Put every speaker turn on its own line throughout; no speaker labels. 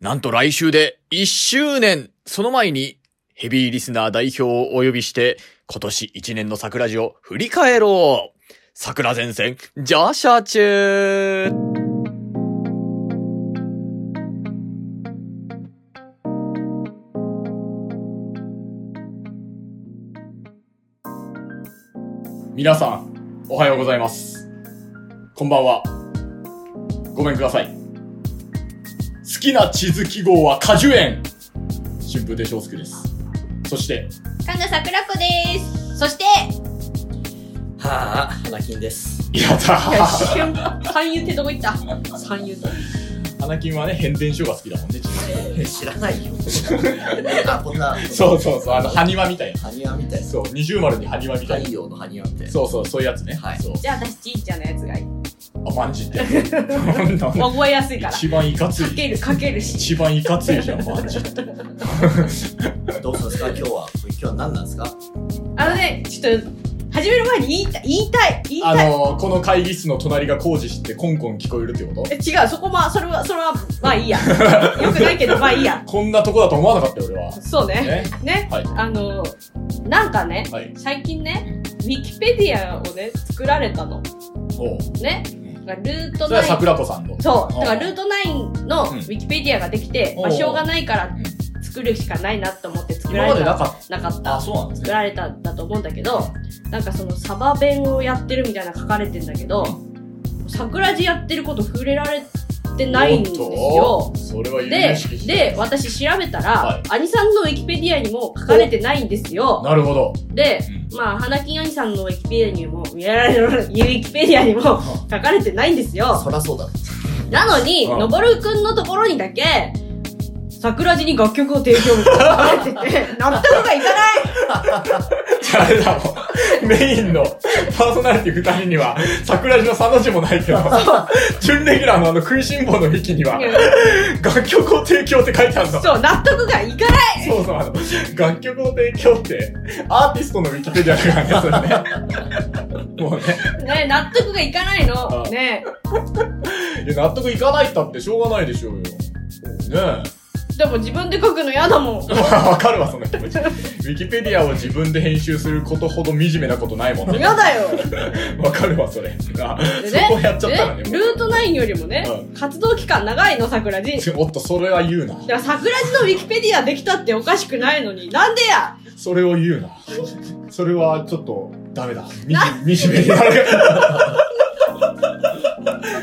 なんと来週で1周年その前にヘビーリスナー代表をお呼びして、今年1年の桜ジを振り返ろう桜前線、ジャーシャー中皆さん、おはようございます。こんばんは。ごめんください。好きな地図記号は果樹園春風亭昇介です。そして、
神田桜子です。そして、
はあ、花金です。
いやだー
三遊ってどこ行った
三遊
花金はね、変電所が好きだもんね、ちょっ
知らないよ。あ、こんな。
とそうそうそう、あの、埴輪みたいな。
埴輪みたい
そう、二重丸に埴輪み
な。
たい
太
な。
陽の埴輪みたいな。
そうそう、そういうやつね。
はい
そう。
じゃあ私、じいちゃんのやつがいい。
あ、まんじ って。なんだ
覚えやすいから。か
一番いかつい。
ける、かけるし。
一番いかつ いじゃん、まんじって。
どうするんですか今日は。今日は何なんですか
あのね、ちょっと、始める前に言いたい、言いたい、言い
あ
たい。
のー、この会議室の隣が工事してコンコン聞こえるってこと
え違う、そこま、それは、それは、ま あいいや。よくないけど、まあいいや。
こんなとこだと思わなかったよ、俺は。
そうね。
ね。
ね。
はい。
あの、なんかね、
はい。
最近ね、ウィキペディアをね、作られたの。
おう。
ね。だからルート
それは
9。
桜子さんの。
そう。だか
あー
らルート9のウ
うん
ィキペディアができて、
おー
まあ、しょうがないから
うん
作るしかないなと思って作ら
今
れ
ま
た。
でなかっ。
なかった
あ、
た。
そうなんです
作
ね。
られたんだと思うんだけど、なんかそのサバ弁をやってるみたいなの書かれてんだけど、桜地やってること触れられてないんです
お
よ
っと。それは有
で
名識、
で、私調べたら、
は
兄さんのウィキペディアにも書かれてないんですよ。
なるほど。
で
う、ん
まあ、花金兄さんのウィキペディアにも、いやウィキペディアにも書かれてないんですよ。
そらそうだろ。
なのに、
うん
のぼるくんのところにだけ、桜地に楽曲を提供みたいなのが書い てて、納得がいかない
じゃああれだもん。メインのパーソナリティ二人には、桜地のサの字もないけど、準レギュラーのあの食いしん坊の域には、 楽曲を提供って書いてあるの。
そう、納得がいかない
そうそう、あの、楽曲の提供って、アーティストのウィキペディアだからね、それね。もうね、
ね納得がいかないの。
うん
ね
いや納得いかないったってしょうがないでしょうよ。ねえ。
でも自分で書くの嫌だもん。
わかるわ、その気持ち。ウィキペディアを自分で編集することほど惨めなことないもんね。
嫌だよ。
わかるわ、それ。あ、
で
そこやっちゃったらね。
で
もう
ルート9よりもね、
う
活動期間長いの、桜地。
おっと、それは言うな。
だから桜地のウィキペディアできたっておかしくないのに、なんでや
それを言うな。それはちょっと、ダメだ。みじ、惨めにな る。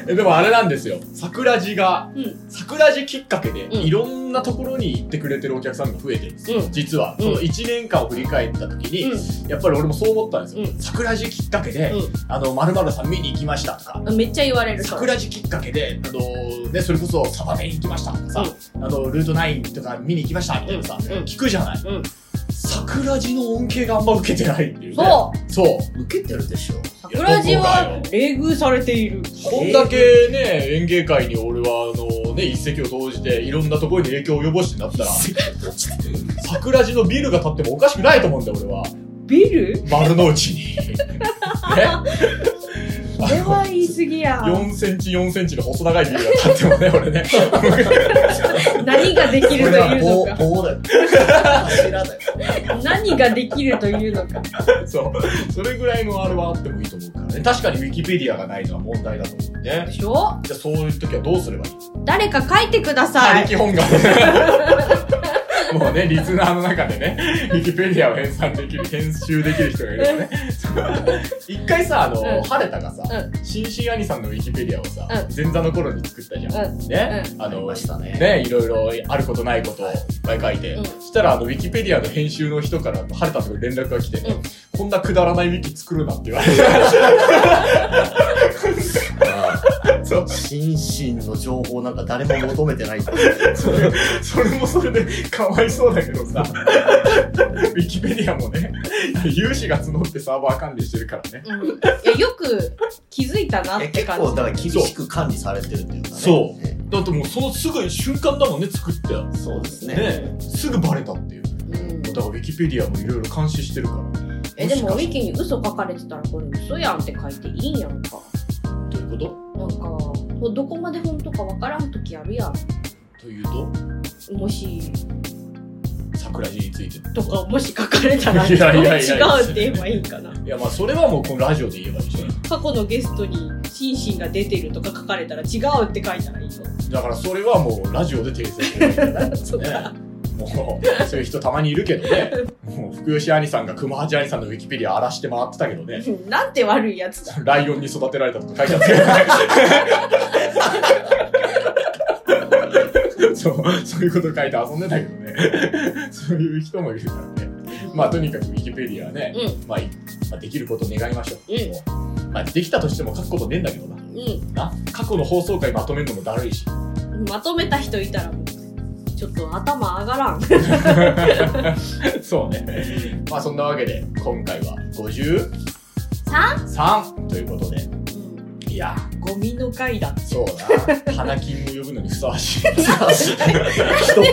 えでもあれなんですよ。桜地が、
うん。
桜地きっかけで、
うん
いろんなところに行ってくれてるお客さんが増えてるんですよ。
うん
実は、その1年間を振り返った時に、
う
やっぱり俺もそう思ったんですよ。
うん
桜地きっかけで、
うん
あの、〇〇さん見に行きましたとか、
ん。めっちゃ言われる。そう
桜地きっかけで、あのね、それこそサバメン行きましたとかさ、あの、ルート9とか見に行きましたみたいなさ、
うんうん
聞くじゃない、
うん
桜地の恩恵があんま受けてないっていうね。
そう。
そう。
受けてるでしょ。
桜地は冷遇されている。
こんだけね、演芸界に俺は、あのね、一石を投じて、いろんなところに影響を及ぼしてな ったら、桜地のビルが建ってもおかしくないと思うんだよ、俺は。
ビル
丸の内 に。ね
これは言い過ぎや。
4センチ4センチの細長いビルが建ってもね、俺ね。
何ができ
こ
る
れ
と
は
いうの
棒、
か。
棒だよ。柱だよ。
何ができるというのか。
そう。それぐらいのあれはあってもいいと思うからね。確かにウィキペディアがないのは問題だと思うね
で。しょ
じゃあそういう時はどうすればいい
誰か書いてくだ
他
さい
力。本願。 もうね、リスナーの中でね、ウィキペディアを編纂できる、編集できる人がいるのね。一回さ、あの、
うん
晴れたがさ、
う
新進兄さんのウィキペディアをさ、
う
前座の頃に作ったじゃん。
う
ね、あ
あり
の、
ましたね。
ね、いろいろあることないことをいっぱい書いて、
うん
そしたらあのウィキペディアの編集の人から晴れたと連絡が来て、
うん
こんなくだらないウィキ作るなって言われて
あ
そう
あ心身の情報なんか誰も求めてないって。
それそれもそれでかわいそうだけどさ ウィキペディアもね有志が募ってサーバー管理してるからね
うんうんいやよく気づいたなっ
え
て
結
感
構
じ
だから厳しく管理されてるっていうかね。
そう
ね
だってもうそのすぐ瞬間だもんね作って
そうです ね。
ねすぐバレたっていう
うん
だからウィキペディアもいろいろ監視してるから
えでもウ
し
ィキに嘘書かれてたらこれ嘘やんって書いていいんやんか
かしどういうこ
なんかどこまで本当かわからん時あるやん
とというと
もし
桜地について。
とかもし書かれたら
いやいやいや
違うって言えばいいかない
や、まあ、それはもうこのラジオで言えばいいじゃん。
過去のゲストに「シンシンが出てる」とか書かれたら「違う」って書いたらいいよ
だから、それはもうラジオで訂正すればいいからね。
そうか
もう、そういう人たまにいるけどね。もう、福吉兄さんが熊八兄さんのウィキペディア荒らして回ってたけどね。
なんて悪いやつだ
ライオンに育てられたとか書いてあったけどね。そう、そういうこと書いて遊んでたけどね。そういう人もいるからね。まあ、とにかくウィキペディアはね、
うん
まあ、いまあ、できることを願いましょう。
うん
もうまあ、できたとしても書くことねえんだけどな。
う
な過去の放送回まとめるのもだるいし。
んまとめた人いたらもうちょっと頭上がらん
そうね。まあ、そんなわけで、今回は53
三
ということで。
うん
いや、
ゴミの回だ
そうだ。花金を呼ぶのにふさわしい。
ひど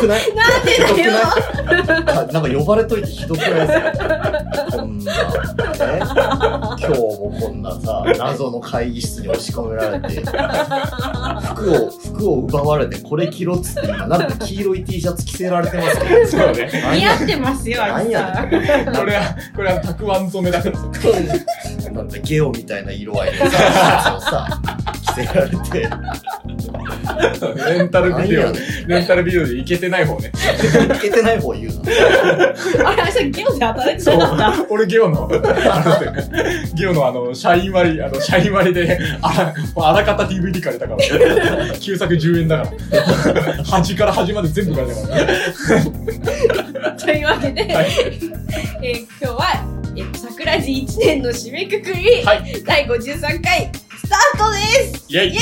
くないひ
なんで
どく
だよ
ないあなんか呼ばれといてひどくないですかこんな、ね、今日もこんなさ、謎の会議室に押し込められて、服を、服を奪われて、これ着ろっつって、今なんか黄色い T シャツ着せられてますけど、
そうね。
何
似
や
合ってますよあ
何
いつさ
や
ん
ねん
これは、これはたくあん染めだからさ。
なんだゲオみたいな色合いのさ、シャツをさ、着せられて、
レンタル
何
ビデ
や
オ
ね、ん
レンタルビデオでいけてない方ね。
いけてない方言うな。
あれあいつさんゲオで働いて
そう
なかった。
俺、ゲオの、あの、ゲオのあの、社員割り、あの、社員割りで、あら、あらかた DVD 借りた から。旧作10円だから。 端から端まで全部借りたから。
というわけで、
はい
えー今日は、えー桜地1年の締めくくり、
はい
第53回スタートです
イェイ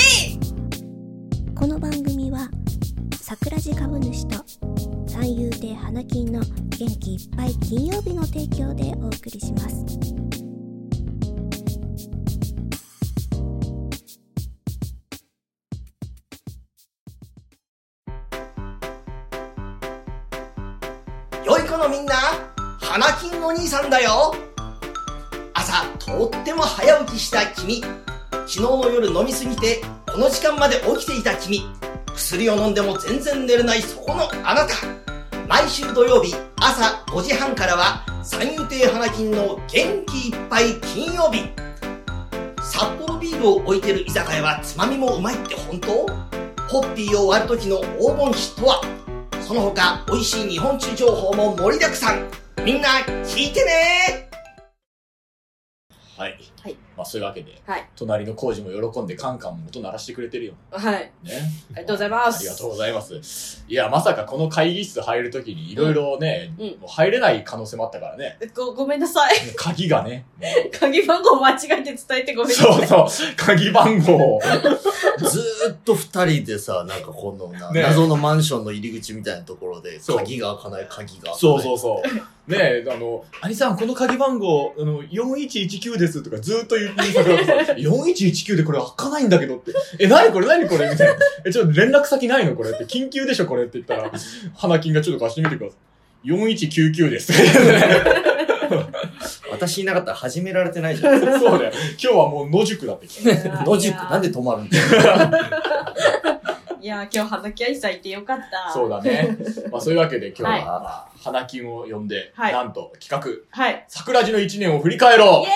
この番組は桜地株主と三遊亭花金の元気いっぱい金曜日の提供でお送りします。
良い子のみんな、花金お兄さんだよ。朝、とっても早起きした君。昨日の夜飲みすぎて、この時間まで起きていた君。薬を飲んでも全然寝れないそこのあなた。毎週土曜日、朝5時半からは、三遊亭花金の元気いっぱい金曜日。札幌ビールを置いてる居酒屋はつまみもうまいって本当ホッピーを割る時の黄金比とはその他、美味しい日本酒情報も盛りだくさん。みんな、聞いてね
はい。
はい
まあ、そういうわけで、
はい
隣の工事も喜んでカンカンも音鳴らしてくれてるよ。
はい、
ね。
ありがとうござい
あ
ま
りがと
す
うございます。いや、まさかこの会議室入るときにいろいろね、
うんうん
もう入れない可能性もあったから ね。
ごごめんなさい
鍵がね。
鍵番号間違えて伝えてごめんなさい
そうそう。鍵番号 を。
ずーっと二人でさ、なんかこのな、
ね
謎のマンションの入り口みたいなところで、
そう
鍵が開かない、鍵が開かない。
そうそうそう。ねえ、あの、兄さん、この鍵番号、あの、4119ですとかずっと言ってるから さ、4119でこれ開かないんだけどって、え、なにこれなにこれみたいな。え、ちょっと連絡先ないのこれって、緊急でしょこれって言ったら、花金がちょっと貸してみてください。4199です。
私いなかったら始められてないじゃん。
そうだよ。今日はもう野宿だってきた。
野宿、なん
で
で止まる んだよ。
いやー今日花木愛さんいてよかった
そうだね。まあそういうわけで今日は、
はい
まあ花金を呼んで、
はい
なんと企画、
はい
桜地の一年を振り返ろう
イ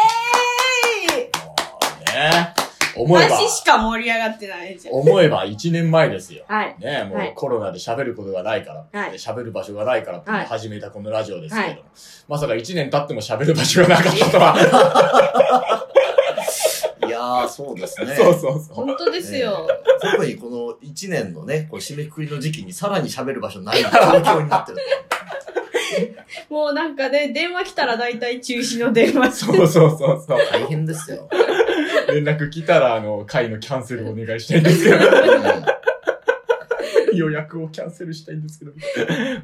エ
もうね、思
ー
え
イ
ば、
話しか盛り上がってないじゃん
思えば1年前ですよ。
はい
ね、も
は
う
い
コロナで喋ることがないから、
はい
喋る場所がないからって
はい
始めたこのラジオですけれども、まさか1年経っても喋る場所がなかったと は、
いやー、そうですね。
そうそうそう。
本当ですよ、
特にこの一年のね、こう締めくくりの時期にさらに喋る場所ない状況になってる。
もうなんかね電話来たら大体中止の電話
そうそうそう そう。
大変ですよ。
連絡来たら、あの、会のキャンセルお願いしたいんですけど、予約をキャンセルしたいんですけど、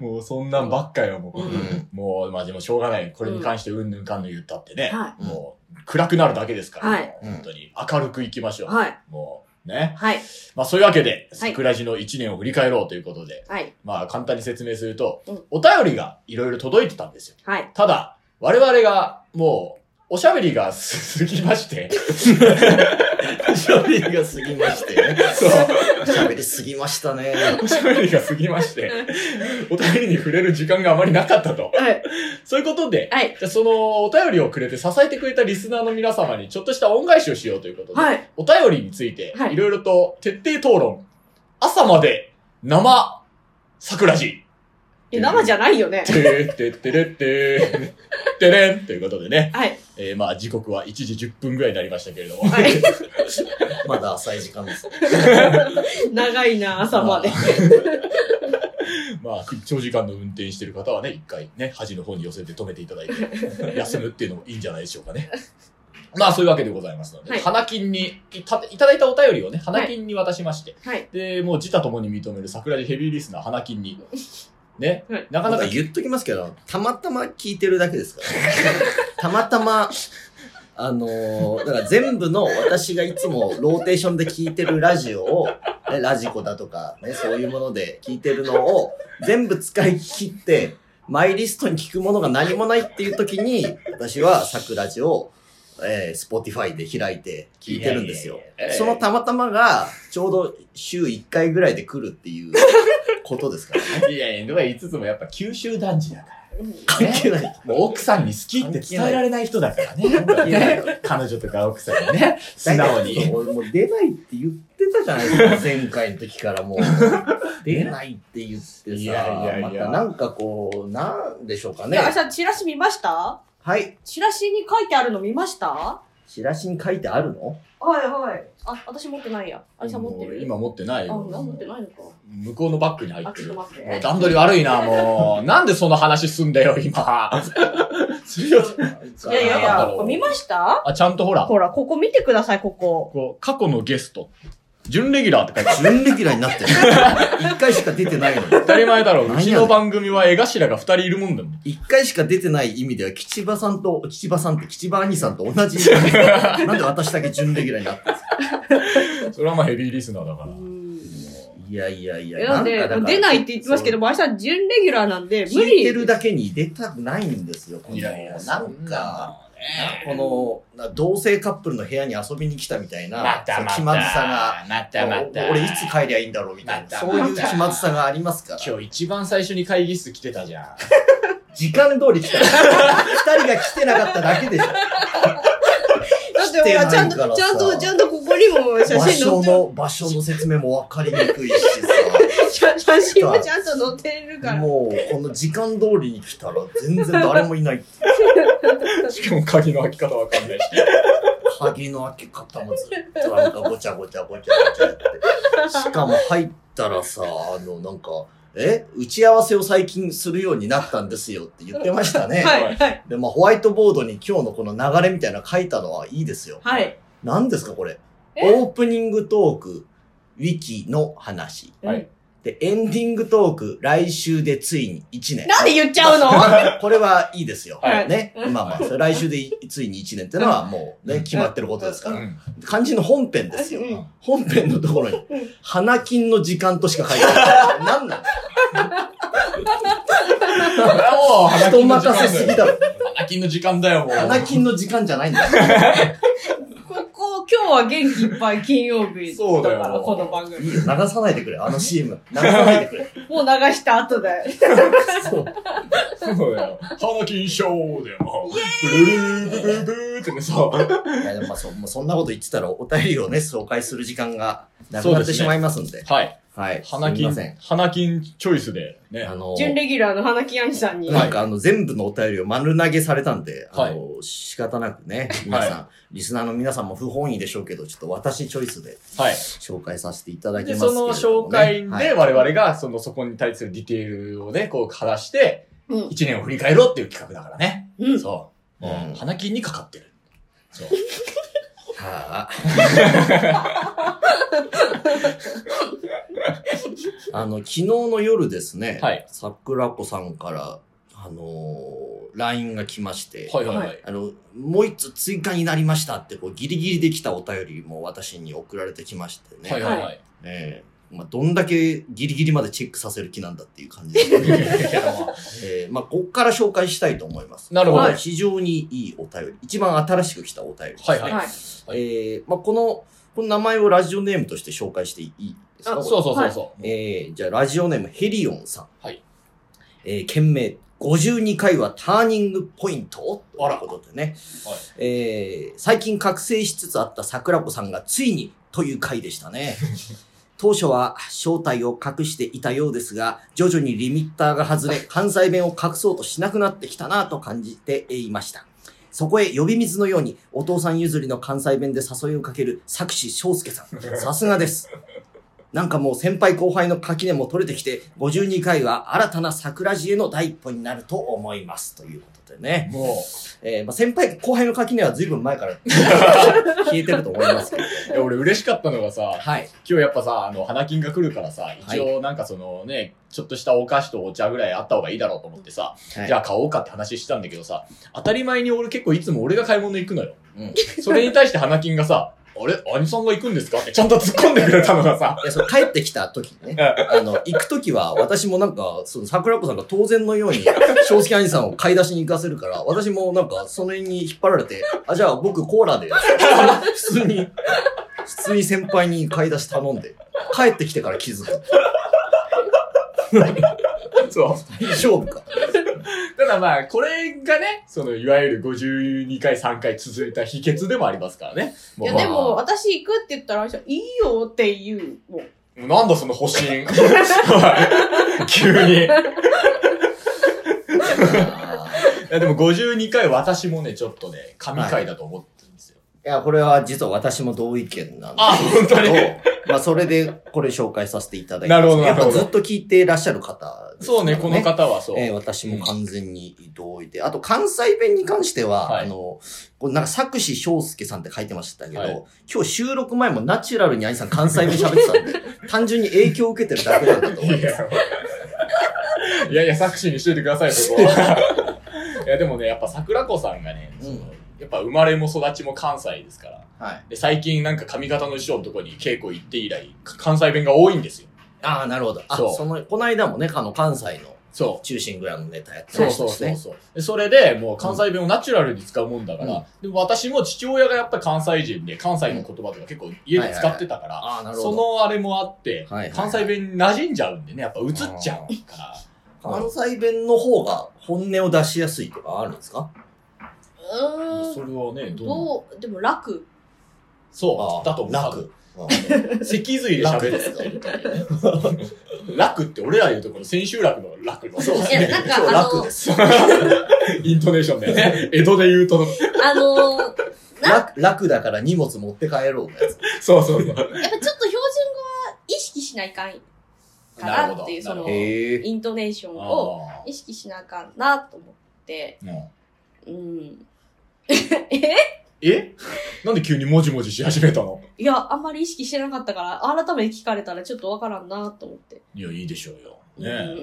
もうそんなんばっかよ、もう。
う
うん
もう、まあでもしょうがない。これに関してうんぬんかんぬん言ったってね。
は
うん
もう、暗くなるだけですから。
はい
もう本当に。明るくいきましょ。
いうはい
もう、ね。
はい
まあそういうわけで、
はい
桜地の一年を振り返ろうということで、
はい
まあ簡単に説明すると、
うん
お便りがいろいろ届いてたんですよ。
はい
ただ、我々がもう、おしゃべりが過ぎまして、
喋りが過ぎましてね。
そう。
喋り過ぎましたね。
おしゃべりが過ぎまして、お便りに触れる時間があまりなかったと。
はい。
そういうことで、
はい。
じゃあそのお便りをくれて支えてくれたリスナーの皆様にちょっとした恩返しをしようということで、
はい。
お便りについて
は、い
いろいろと徹底討論。朝まで生桜地。
いや、生じゃないよね
て。ーてってれってー、てれんということでね、
はい。
えー、まあ時刻は1時10分ぐらいになりましたけれども、
はい。
まだ浅い時間です。
長いな、朝まで。
まあ長時間の運転してる方はね、一回ね、端の方に寄せて止めていただいて、休むっていうのもいいんじゃないでしょうかね。まあそういうわけでございますので、
はい
花金にいた、いただいたお便りをね、花金に渡しまして、
はい。
で、もう自他ともに認める桜地ヘビーリスナー花金に、ね、
はい
なか
な
なんか
か言っときますけど、たまたま聞いてるだけですから、ね、 たまたま、あのーだから全部の私がいつもローテーションで聞いてるラジオを、ね、ラジコだとか、ね、そういうもので聞いてるのを全部使い切って、マイリストに聞くものが何もないっていう時に、私は桜ジを、えー、スポティファイで開いて聞いてるんです
い
よ。
やいやいやいや
そのたまたまが、ちょうど週1回ぐらいで来るっていうことですからね。
いやいや、とか言いつつもやっぱ九州男児だから。
関係ない。
もう奥さんに好きって伝えられない人だからね。彼女とか奥さんにね、素直
大体
に。
俺もう出ないって言ってたじゃないですか、前回の時か らもう。出ないって言って
いやいや
さ、
いや
またなんかこう、なんでしょうか
い
ね
や。朝、チラシ見ました
はい。
チラシに書いてあるの見ましたは
チラシに書いてあるの
いはい。あ、私持ってないや。ありさん持って
もう
る
今持ってない
あ、
よ。
持ってないのか。
向こうのバッグに入っ
あ、
て
ちょっ
る。
と
も
待って。
う段取り悪いな、もう。なんでその話すんだよ、今。それを
いやいや
なんだ
いや
ろう、
これ見ました
あ、ちゃんとほら、
ほら、ここ見てください、ここ。
こう、過去のゲスト。準レギュラーって書いてある。
準レギュラーになってる。一回しか出てないのに。
当たり前だろう。う
何やね
ち
ん
の番組は絵頭が二人いるもんだもん。
一回しか出てない意味では、吉場さんと、吉場さんって吉場兄さんと同じ 意味なんです。なんで私だけ準レギュラーになってる
それはまあヘビーリスナーだから。
いやいやい
え
や。
なんで、出ないって言ってますけど、も、明日準レギュラーなんで、無
聞い
理。
てるだけに出たくないんですよ、このな
そ
ん
ん
か、
な
このな同性カップルの部屋に遊びに来たみたい
の
な、
また
その
また。
気まずさ
ま
が、
たまた。
お俺いつ帰りゃいいんだろうみたいな、
また
そういう
また
気まずさがありますから、
今日一番最初に会議室来てたじゃん。
時間通り来たら、二人が来てなかっただけでしょ。
だってほら、ちゃん
来てない
と、
からさ
ちゃんと、ちゃんとここにも 写
場
真載っ
所
てる
の、場所の説明も分かりにくいし
写写真もちゃんと載ってるか
さ、
ら。
もうこの時間通りに来たら全然誰もいない。
しかも鍵の開き方わかんないし。
鍵の開け方もずっとなんかごちゃごちゃごちゃごちゃやって。しかも入ったらさ、あの、なんか、え打ち合わせを最近するようになったんですよって言ってましたね。
はい、はい、
で、まあ、ホワイトボードに今日のこの流れみたいなの書いたのはいいですよ。
はい。
何ですか、これ。
え
オープニングトーク、ウィキの話。
はい
で、エンディングトーク、来週でついに1年。
なんで言っちゃうの
これはいいですよ。
はい
ね。
う
まあまあ、それ来週でいついに1年ってのはもうね、決まってることですから。肝心の本編ですよ。
うん
本編のところに
うん、
花金の時間としか書いてない。何 なの
もう、花
人
金の時間
任せすぎ だろ。
花金の時間だよ、もう。
花金の時間じゃないんだよ。
ここ、今日は元気いっぱい金曜日
そうだ
だ
よ
から、この番組。
いいよ、流さないでくれ、あの CM。流さないでくれ。
もう流した後だよ。
そう。
そうだよ。花金ショーだよ、もう。ブルルルブルブルってね、そう。
いや、でもまあそう、もうそんなこと言ってたら、お便りをね、紹介する時間がなく
そう
な
で
っ
す
て
ね
しまいますんで。
はい。
はい。
花
すみ
金
ません。、
花金チョイスで、ね
あ。の、
準レギュラーの花木兄さんに。
なんかあの、全部のお便りを丸投げされたんで、あの、仕方なくね、皆さん、リスナーの皆さんも不本意でしょうけど、ちょっと私チョイスで
はい。
紹介させていただき
で、
ますけ
そ
れど
の
も、ね。
紹介
は
で
い
我々が、その、そこに対するディテールをね、こう、話して、
うん
一年を振り返ろうっていう企画だからね。
うん
そう。
うん
花金にかかってる。そう。
はあ、あの、昨日の夜ですね、
はい
桜子さんから、あのー LINE が来まして、
はいはいは。
はい
あの、もう一つ追加になりましたって、こう、ギリギリできたお便りも私に送られてきましてね。
はいはいはい。
ええまあ、どんだけギリギリまでチェックさせる気なんだっていう感じです、
いやいやまあ
えーまあ、ここから紹介したいと思います。
なるほど
まあ非常にいいお便り。一番新しく来たお便りです、
はい
はい。
はい。はい
えーまあ、この、この名前をラジオネームとして紹介していいですか
あ
そうそうそうそう。
えーじゃあ、ラジオネームヘリオンさん。
はい。
えー、件名、52回はターニングポイントということでね。
はい
えー最近覚醒しつつあった桜子さんがついにという回でしたね。当初は正体を隠していたようですが、徐々にリミッターが外れ、関西弁を隠そうとしなくなってきたなと感じていました。そこへ呼び水のようにお父さん譲りの関西弁で誘いをかける作詞翔介さん。さすがです。なんかもう先輩後輩の垣根も取れてきて、52回は新たな桜路への第一歩になると思います。ということでね。
も
えーまあ、先輩後輩の垣根は随分前から 消えてると思いますけど。
う、いや俺嬉しかったのがさ、
はい。
今日やっぱさ、あの、花金が来るからさ、一応なんかそのね、ちょっとしたお菓子とお茶ぐらいあった方がいいだろうと思ってさ、
はい
じゃあ買おうかって話してたんだけどさ、当たり前に俺結構いつも俺が買い物行くのよ。
うん。い
それに対して花金がさ、 あれ兄さんが行くんですかってちゃんと突っ込んでくれたのがさ、
や、その帰ってきた時にね、あの、行く時は私もなんか、その桜子さんが当然のように、正介兄さんを買い出しに行かせるから、私もなんか、その辺に引っ張られて、あ、じゃあ僕コーラで、普通に、普通に先輩に買い出し頼んで、帰ってきてから気づく。
そう。
大丈夫か。
ただまあ、これがね、その、いわゆる52回、3回続いた秘訣でもありますからね。
いや、
まあ
でも、私行くって言ったら、あいついいよって言う。もう。
なんだその保 身。急 に。い
あー
や、でも52回私もね、ちょっとね、神回だと思ってるんですよ。
いや、これは実は私も同意見なんです
あ、本当
け
に
ど、まあ、それでこれ紹介させていただいて。
なるほどな
や
る
っ
ほど
ぱずっと聞いていらっしゃる方です
そうね、この。方はそう。
えー私も完全に同意で。あと、関西弁に関しては、
はい
あの、これなんか作詞翔介さんって書いてましたけど、
はい
今日収録前もナチュラルに兄さん関西弁喋ってたんで、 単純に影響を受けてるだけなんだと思い
い
ます。
やいやいや、作詞にしといてください、そこは。 いや、でもね、やっぱ桜子さんがね、その
うん
やっぱ生まれも育ちも関西ですから。
はい。
で、最近なんか髪型の師匠のとこに稽古行って以来、か関西弁が多いんですよ。
ああ、なるほど。あ、
そう
その、この間もね、あの、関西の
そう。
中心ぐらいのネタやって
そ
ま
う
し
そ
た
う
し
そう
ね。
そう。でそれで、もう関西弁をナチュラルに使うもんだから、
うん
でも私も父親がやっぱり関西人で、関西の言葉とか結構家で使ってたから、
ああ、なる
そ
ほど。
のあれもあって、
はいはいはい
関西弁に馴染んじゃうんでね、やっぱ映っちゃうから。
関西弁の方が本音を出しやすいとかあるんですか
うー
そ
ん。
れはね、どう
どう、でも楽。
そう、だと思う。多分
楽。
脊髄で喋るんですか楽って俺らで言うとこの千秋楽の楽の。
そうです
いや、
ね。
なん
今日
か、あ
楽
の
で、す。
イントネーションだよね。 江戸で言うとの。
あの、
楽楽だから荷物持って帰ろうのやつ。
そうそうそう。
やっぱちょっと標準語は意識しないかんか
なる
な
ほど
っていう、
な
そ
るほ
の、
ど
へえ。
イントネーションを
あ
意識しなあかんなと思って、
ーうん
うん。
えなんで急にもじもじし始めたの
いや、あんまり意識してなかったから、改めて聞かれたらちょっとわからんなと思って。
いや、いいでしょうよ。
う
ね
ん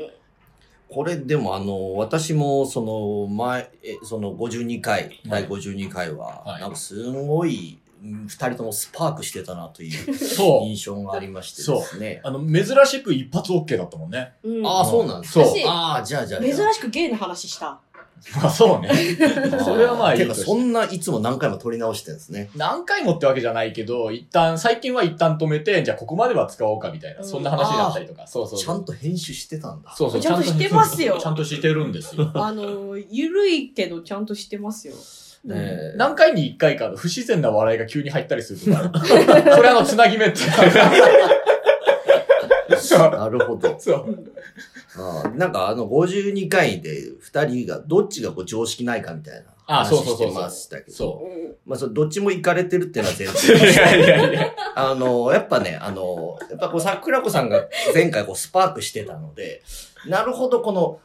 これでもあの、私もその前、えその52回、
はい
第52回は、
はい
なんかすごい、うん二人ともスパークしてたなという
え。そう。
印象がありましてですね。
あの、珍しく一発 OK だったもんね。
うん。
ああ、そうなんです
そう
私
ああ、じゃあじゃあじゃあ。
珍しくゲイの話 した。
まあそう ね。それはまあいい
て
と
か、
して
そんないつも何回も撮り直してるんですね。
何回もってわけじゃないけど、一旦、最近は一旦止めて、じゃあここまでは使おうかみたいな、
うん
そんな話になったりとか。そうそう
ち
そ
ゃ
う。
んと編集してたんだ。
そうそう。
ちゃんとしてますよ
ちゃんとしてるんですよ。
あの、ゆるいけどちゃんとしてますよ。
ねえ
何回に一回か不自然な笑いが急に入ったりするとかあ る。それあの、つなぎ目って言って。そう。
なるほど。
そう。
ああなんかあの52回で二人がどっちがこう常識ないかみたいな
ああ
話
そうそう
し
そうそう
てましたけど。
そ
まあそれどっちも行かれてるっていうのは全
う。い
然。
やいやいや。
あの、やっぱね、あの、やっぱこう桜子さんが前回こうスパークしてたので、なるほどこの、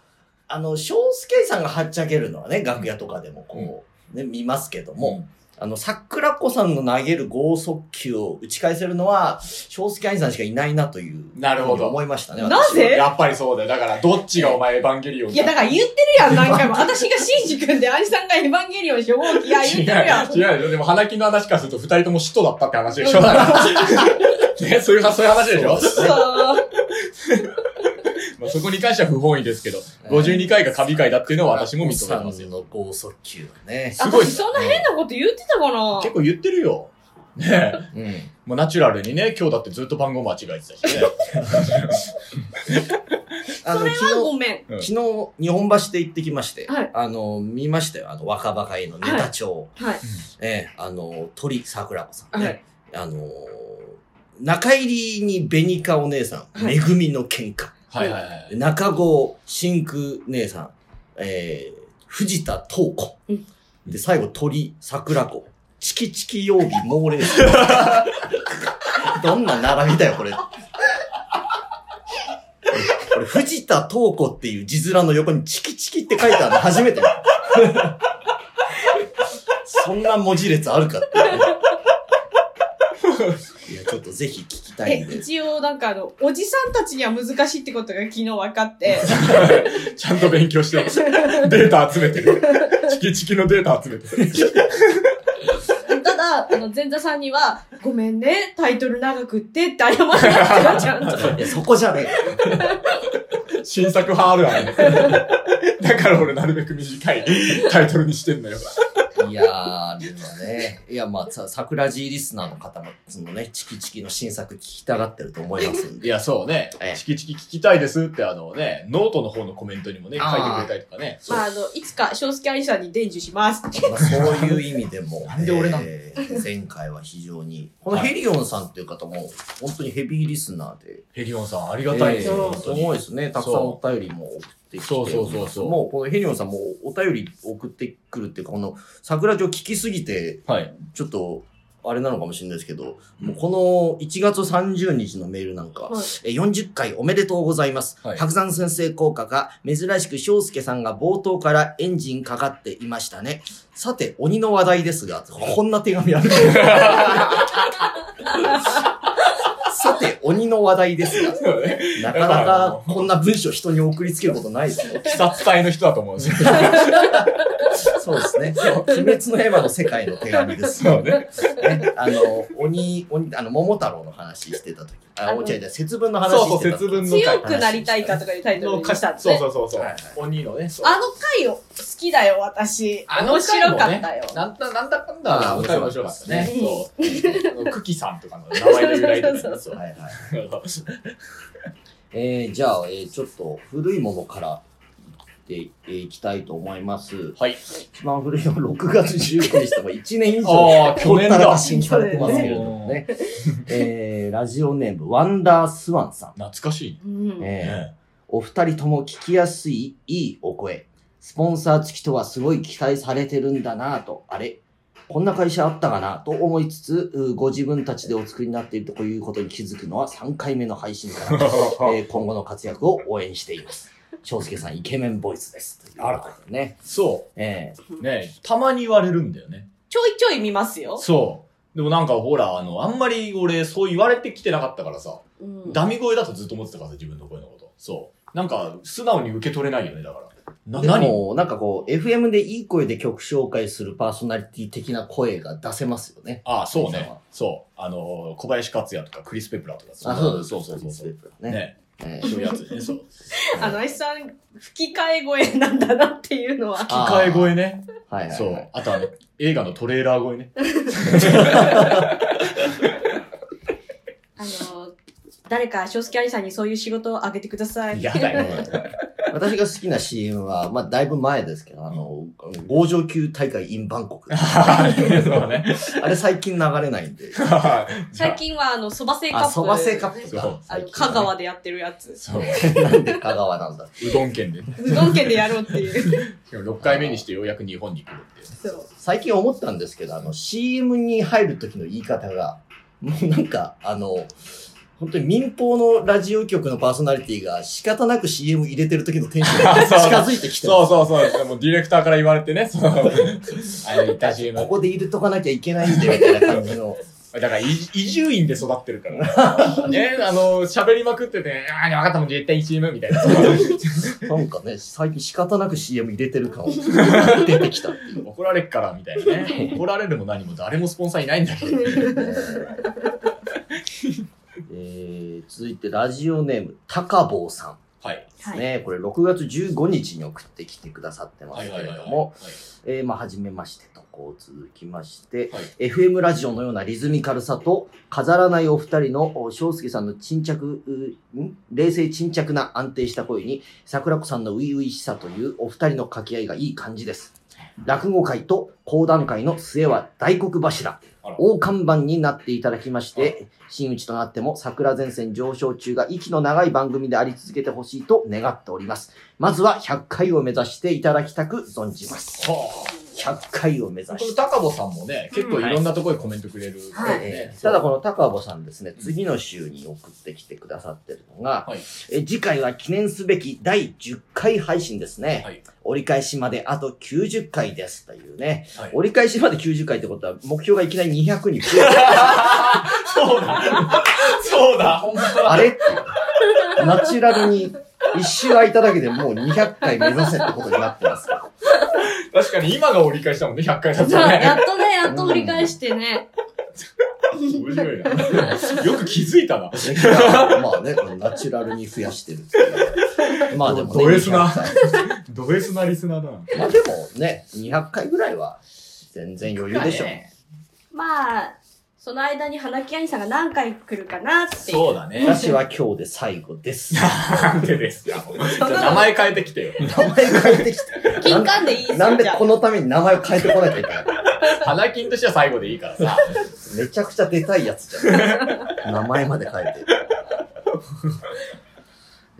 あの、翔介さんがはっちゃけるのはね、楽屋とかでもこう、ね、見ますけども、あの、桜子さんの投げる剛速球を打ち返せるのは、翔介兄さんしかいないなという。
なるほど
思いましたね。
な
私は
ぜえ
やっぱりそうだよ。だから、どっちがお前エヴァンゲリオン
いや、だから言ってるやん、何回も。私がシンジ君で、アニさんがエヴァンゲリオン初号機や、言ってるやん。
違う違うよ。でも、花金の話からすると、二人とも使徒だったって話でしょ。だから ね、そういう、そういう話でしょ
そう
まあそこに関しては不本意ですけど、52回が神回だっていうのは 私も認めてますよ。
の剛速球だね。
すごい
私そんな変なこと言ってたかな
結構言ってるよ。ねえ。
うん。
もうナチュラルにね、今日だってずっと番号間違えてたしね。
あの、
それはご
昨
めん。
日、昨日、日本橋で行ってきまして、
はい
あの、見ましたよ。あの、若葉会のネタ帳。
はい。
ええあの、鳥桜子さんね。
はい。
あの、中入りにベニカお姉さん、
はい
めぐみの喧嘩。
はいはいはい。
中郷真空姉さん、えー、藤田東子。
うん
で、最後、鳥、桜子。チキチキ曜日猛烈。 どんな並びだよ、これ。これ、藤田東子っていう字面の横にチキチキって書いてあるの初めてだ。そんな文字列あるかっていう。いや、ちょっとぜひ聞きたいん
で、
で。
一応なんかあの、おじさんたちには難しいってことが昨日分かって、
ちゃんと勉強してます。 データ集めてる。チキチキのデータ集めてる。
ただ、あの、前座さんには、ごめんね、タイトル長くってって謝らなきゃち ゃんと。
いや、そこじゃねえ。
新作派あるある。だから俺なるべく短いタイトルにしてんのよ。
いやー、でもね、いや、まあ、さ、桜地リスナーの方も、そのね、チキチキの新作聞きたがってると思いますん
い
で。
や、そうね
ええ。
チキチキ聞きたいですってあのね、ノートの方のコメントにもね、書いてくれたりとかね。
まあ、あの、いつか、正介愛さんに伝授します。
まあ、そういう意味でも、
なんで俺なの
えー前回は非常に、このヘリオンさんっていう方も、本当にヘビーリスナーで、
ヘリオンさんありがたいです
えー
よ、
す
本当に。
ごいですね。たくさんお便りも送ってきて。
そうそうそうそう
もう、このヘリオンさんもお便り送ってくるっていうか、この桜地を聞きすぎて、
はい。
ちょっと、あれなのかもしれないですけど、もうこの1月30日のメールなんか、
はい
えー40回おめでとうございます。
はい
白山先生効果が珍しく翔介さんが冒頭からエンジンかかっていましたね。さて、鬼の話題ですが、こんな手 紙あるさて、鬼の話題ですが、
そうね。
なかなかこんな文章人に送りつけることないですよ。
鬼殺隊の人だと思うんですよ。
そうですね。鬼滅の刃の世界の手紙ですよ
そうね。
ね、あの、鬼、鬼、あの、桃太郎の話してた時。あ、
あの
お違う違う、節分の話
そうそう、
してた時。
節分の
強
回。
くなりたいかとかいうタイトル
の
にした
回。
んです
そう
ね。
そうそうそう
はいはい。
鬼のね、そう
あの回を好きだよ、私。
あの
面
回
白
も
か
ね
ったよ。
なんだ、なんだかんだ、
あ
面白
面白
か
か
っ
ったた
で
ですす
ね
ね。
そう。クキさんとかの名前の由来とかね。そう
はいはい。えー、じゃあ、えー、ちょっと古いものから。で、えー、いきたいと思います。
はい。
一番古いのは6月19日とか1年以上。
ああ、去年
ほったらか
だ。
しにされてますけれどもね。えー、ラジオネーム、ワンダースワンさ
懐かしい
うん
ん。
ね。
えー、お二人とも聞きやすいいいお声。スポンサー付きとはすごい期待されてるんだなぁと、あれこんな会社あったかなと思いつつ、うご自分たちでお作りになっているということに気づくのは3回目の配信から、えー今後の活躍を応援しています。翔介さん、イケメンボイスです。ということでね。
そ
え
う。ねたまに言われるんだよね。
ちょいちょい見ますよ。
そう。でもなんかほら、あの、あんまり俺、そう言われてきてなかったからさ、
うん
ダミ声だとずっと思ってたからさ、自分の声のこと。そう。なんか、素直に受け取れないよね、だから。な、
ー、で
何
も、なんかこう、FM でいい声で曲紹介するパーソナリティ的な声が出せますよね。
ああ、そう
皆
ね
様。
そう。あのー、小林克也とかクリス・ペプラーとか
あそうです
そうそうそうそう。
ね。
ね。
え
そう
ー
いうやつね、そう。
あの、あいつさん、吹き替え声なんだなっていうのは。
吹き替え声ね。
はいはい、はい。
そう。あとあの、映画のトレーラー声ね。
あの、誰か、翔介愛さんにそういう仕事をあげてください。
やだよ。
私が好きな CM は、まあ、だいぶ前ですけど、あの、合上級大会 in バンコ ク。
そうね。
あれ最近流れないんで。
最近は、あの、そば製カップ。
あ、そば製カップ
そう
か。
あ
最
の、
近
香川でやってるやつ。
そう。
なんで香川なんだ。
うどん県でね。
うどん県でやろうっていう。
6回目にしてようやく日本に来るっていう。
そう。
最近思ったんですけど、あの、CM に入る時の言い方が、 もうなんか、あの、本当に民放のラジオ局のパーソナリティが仕方なく CM 入れてる時のテンシ ョンが
そう
近づいてきて
そ
ま
う
す。
そうそう。もうディレクターから言われてね、 その、あの、いた CM。
ここで入れとかなきゃいけないんで、みたいな感じの。
だから、い移住院で育ってるから。 ね、あの、喋りまくってて、ああ、分かったもん、絶対 CM みたいな。
なんかね、最近仕方なく CM 入れてる感が出てきたってい う。
怒られっから、みたい なね。怒られるも何も誰もスポンサーいないんだけど。
ね続いてラジオネーム、高坊さん
はい。
です
はい。
ね。これ6月15日に送ってきてくださってま
は
す
い
け
はい
れ
はい
ど
はい。
も、えーまあ、はじめましてと、こう続きまして、
はい
FM ラジオのようなリズミカルさと、飾らないお二人のお翔介さんの沈着、うん冷静沈着な安定した声に、桜子さんの初々しさというお二人の掛け合いがいい感じです。落語界と講談界の末は大黒柱
あら、
大看板になっていただきまして、真打ちとなっても桜前線上昇中が息の長い番組であり続けてほしいと願っております。まずは100回を目指していただきたく存じます。
は
100回を目指
あ。
して
この。高坊さんもね、結構いろんなところにコメントくれるからね、
えーただこの高尾さんですね、次の週に送ってきてくださってるのが、
はい
えー次回は記念すべき第10回配信ですね。
はい
折り返しまであと90回ですというね。
はい
折り返しまで90回ってことは、目標がいきなり200に増える。
そうだ。 そうだ。ほんま
あれ っていう。ナチュラルに、一周空いただけでもう200回目指せってことになってますから。
確かに今が折り返したもんね、100回だった
さあや
ね。
っとね、やっと折り返してね。
面白いな。よく気づいたな。
まあね、ナチュラルに増やしてるっていうまあでもね。
ド S な
200回
ド S なリスナーだな。
まあでもね、200回ぐらいは全然余裕でしょ。
まあ、その間に花木兄さんが何回来るかなっていう。
そうだね。
私は今日で最後です。
なんでですか。じゃあ名前変えてき てよ。
名前変えてき
金管でいいです
た。
よ。
なんで
じゃあ
このために名前を変えてこないといけないの
花金としては最後でいいからさ。
めちゃくちゃ出たいやつじゃん。名前まで変えて。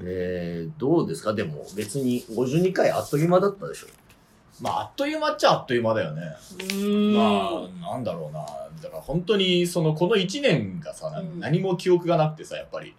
えー、どうですかでも別に52回あっという間だったでしょ。
まあ、あっという間っちゃあっという間だよね。
うーん。
まあ、なんだろうな。だから本当に、その、この1年がさ、
うん
何も記憶がなくてさ、やっぱり。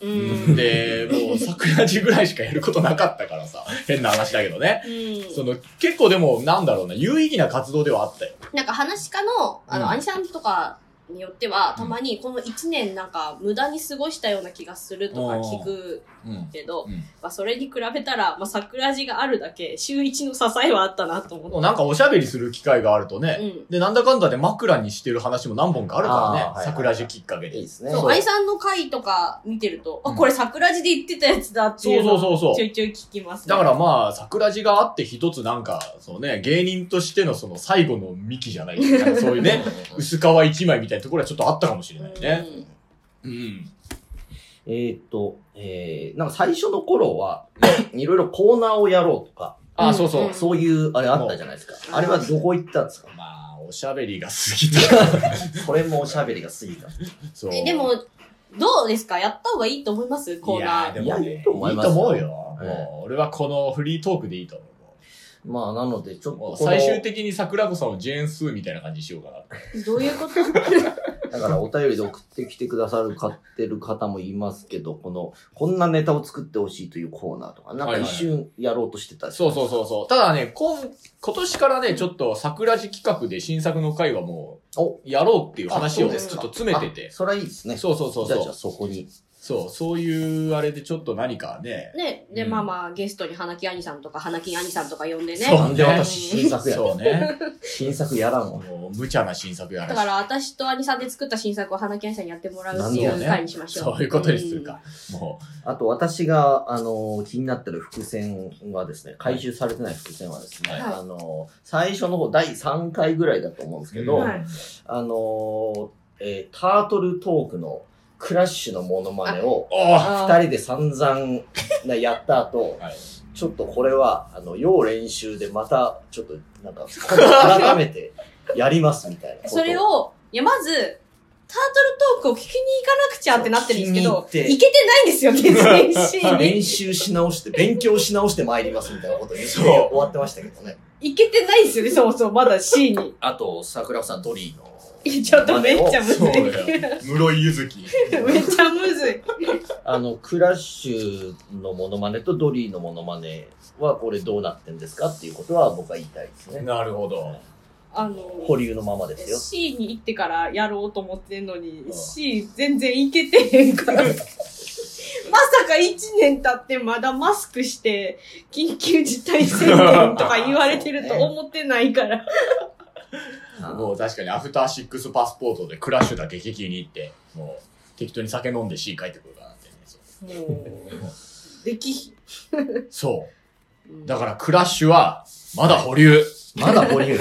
うーん。
で、もう桜地ぐらいしかやることなかったからさ、変な話だけどね。
うん
その、結構でも、なんだろうな、有意義な活動ではあったよ。
なんか話し家の、あ
う
の、
ん
兄さんとかによっては、たまにこの1年なんか無駄に過ごしたような気がするとか聞く
うん。
けど、
うん
まあそれに比べたら、まあ桜地があるだけ、週一の支えはあったなと思
も
っ
うなんかおしゃべりする機会があるとね、
て。うん。
で、なんだかんだで枕にしてる話も何本かあるから
あー
ね
は。い
桜地きっかけ
いい
で
で。すね。
そう、愛さんの回とか見てると、
う
あ、
ん
これ桜地で言ってたやつだっていうの
そうそうそうそう
ちょいちょい聞きます、ね。
だからまあ、桜地があって一つなんか、そうね、芸人としてのその最後の幹じゃないけどなんかそういうね、薄皮一枚みたいなところはちょっとあったかもしれないね。
うん
うん。
えーっと、えー、なんか最初の頃は、いろいろコーナーをやろうとか、
あ、そうそう。
そういうあれあったじゃないですか。あれはどこ行ったんですか
まあ、おしゃべりが過ぎた。
それもおしゃべりが過ぎた。
そう。
えでも、どうですかやった方がいいと思いますコーナ
いやで
ー。
も
いやい
ね、い
い
い
と
と
思いますよ
思うよ。
うん
もう、俺はこのフリートークでいいと思う。
まあ、なので、ちょっと
もう
この
最終的に桜子さんをジェーンスーみたいな感じにしようかな。
どうい うこと
だからお便りで送ってきてくださる、買ってる方もいますけど、この、こんなネタを作ってほしいというコーナーとか、なんか一瞬やろうとしてた
そうそうそうそう。ただね、今、今年からね、ちょっと桜地企画で新作の回はもう、
お
やろうっていう話
あ
を
そ
ちょ
うで
っ
す
と
か
詰めてて。
それはいいですね。
そうそうそう
じゃあじゃ
そ
あ
う。
そこに。
そう、そういうあれでちょっと何かね。
ね、で、
うん
まあまあ、ゲストに花木兄さんとか、花木兄さんとか呼んでね。
そう
なんで私新作や。
そうね。
新作やらんわ。
もう無茶な新作や
だ
ら
か
し。
ら私と兄さんで作った新作を花木兄さんにやってもらうってい
なるほ
う回にしましょう。
そういうことにするか。も
あと私が、あの、気になってる伏線はですね、回収されてない伏線はですね、
はい
あの、最初の方、第3回ぐらいだと思うんですけ
う。
ど、
はい
あの、えータートルトークのクラッシュのモノマネを、
おー
あー。
二人で散々なやった後、
はい
ちょっとこれは、あの、要練習でまた、ちょっと、なんか、今度改めてやりますみたいなこと。
それを、いや、まず、タートルトークを聞きに行かなくちゃってなってるんですけ
そう
ど
聞、きに行って
行けてないんですよ、全然シ ーン
練
に。
習し直して、勉強し直して参りますみたいなこと言って
そう
終わってましたけどね。
行けてないんですよね、そもそも、まだシーンに。
あと、桜子さん、ドリーの。
いやちょっとめっちゃむず
そう
い。
だよ。室井ゆず き。
めっちゃむずい。
あの、クラッシュのモノマネとドリーのモノマネは、これどうなってんですかっていうことは僕は言いたいですね。
なるほど。
あの、
保留のままですよ。
C に行ってからやろうと思ってんのに、C 全然行けてへんから。 まさか1年経ってまだマスクして、緊急事態宣言とか言われてると思ってない から。
もう確かにアフターシックスパスポートでクラッシュだけ激に行って、もう適当に酒飲んで C 帰ってくるから。
もう、できひ、
そう。
うん
だからクラッシュは、まだ保留。
まだ保留。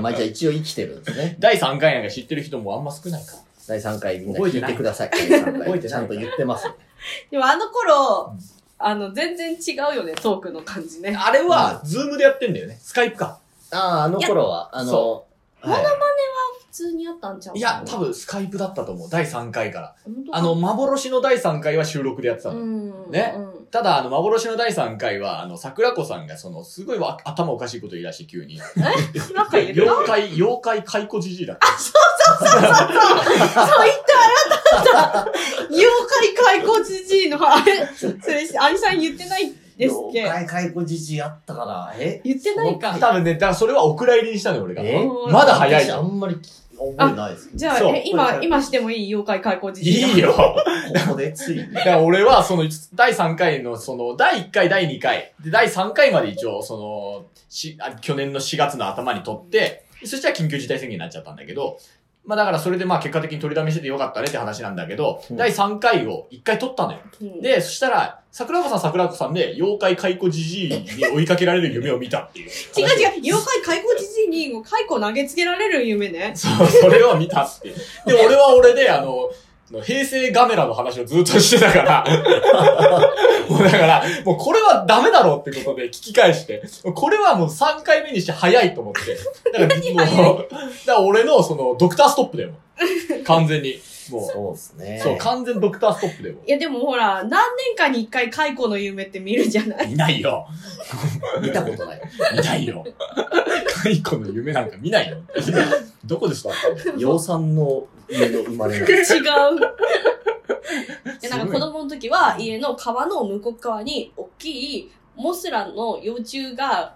まあじゃあ一応生きてるんですね。
第3回なんか知ってる人もあんま少ないか。
第3回みんな
覚え
聞
て
い
ない
てください。第三
覚えてない
回ちゃんと言ってます。
でもあの頃
うん、
あの、全然違うよね、トークの感じね。
あれは、ズームでやってんだよね。スカイプか。
ああ、あの頃は、あの
そ、
はい
普通にあったんちゃう
い
い
や、多分スカイプだったと思う。第3回から。
本当か
あの、幻の第3回は収録でやってた
う
の。
ん。
ね
うん
ただ、あの、幻の第3回は、あの、桜子さんが、その、すごいわ頭おかしいこと言い出して、急 に。
なんかいる
妖怪、妖怪解雇じじいだっ
そう、言ったあなただった。妖怪解雇じじいの、あれ、それ、アニさん言ってないですっ
妖
け
怪解雇じじいあったかな。え
言ってない
た。
か。
多分ね、だからそれはお蔵入りにしたのよ、俺が。
え
まだ早い
私あんまり覚えないですけ
じゃあ、
そう
え今、今してもいい妖怪解雇じ
い
じい。
い。よ。
ど、ここでついに。
だから俺は、その、第3回の、その、第1回、第2回、で、第3回まで一応、その、し、あ去年の4月の頭に撮って、そしたら緊急事態宣言になっちゃったんだけど、まあだからそれでまあ結果的に取りだめしててよかったねって話なんだけど、
うん
第3回を1回撮ったのよ。
うん
で、そしたら、桜子さん桜子さんで、妖怪解雇じじいに追いかけられる夢を見たっていう。
違う違う、妖怪解雇じじいに、解雇投げつけられる夢ね。
そう、それを見たっていう。で、俺は俺で、あの、平成ガメラの話をずっとしてた から、もうだから、もうこれはダメだろうってことで聞き返して、これはもう3回目にして早いと思って。だから、もう、だから俺のその、ドクターストップだよ。もう完全 に。も
そうです
う、
ね。
そう、完全ドクターストップだよ。も
いや、でもほら、何年かに一回解雇の夢って見るじゃな
う
い
見ないよ。
見たことない。
見ないよ。解雇の夢なんか見ないよ。どこでした
養蚕の家の生まれな
違
ん
う。でなんか子供の時は家の川の向こう側に大きいモスラの幼虫が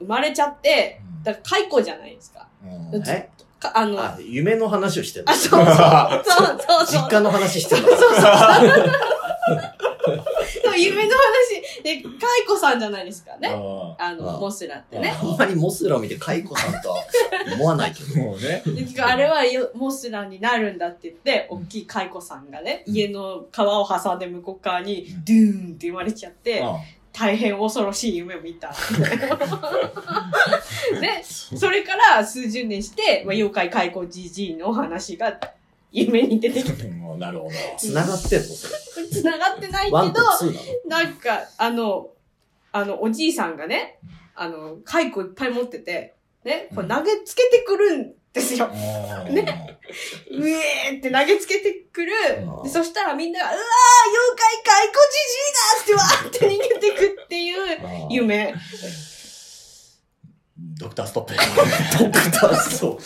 生まれちゃって、だから解雇じゃないですか。
うん
だ。え
かあの、あ
あ、夢の話をしてる。
そうそう。そうそうそう
実。家の話してる。
そう夢の話。で、解雇さんじゃないですかね。
あ
あの、
あ
モスラってね。
あんまりモスラを見て解雇さんとは思わないけ
ーもうね。
で結局あれはよモスラになるんだって言って、大きい解雇さんがね、
うん
家の川を挟んで向こう側に
うん、
ドゥーンって生まれちゃって、
うん
大変恐ろしい夢を見 た。で、それから数十年して、まあ、妖怪解雇じじいのお話が夢に出てきて、
うんなるほど。
ど。繋がってんのそれ。
繋がってないけ
ワンと
ど、
ツーなの
なんか、あの、あの、おじいさんがね、あの、解雇いっぱい持ってて、ね、こう投げつけてくるんですよ。
ね。
うえーって投げつけてくる
うん。
でそしたらみんなが、うわー妖怪解雇じじいだってわーって逃げてくっていう
ああ
夢。
ドクターストップ。
ドクターそう。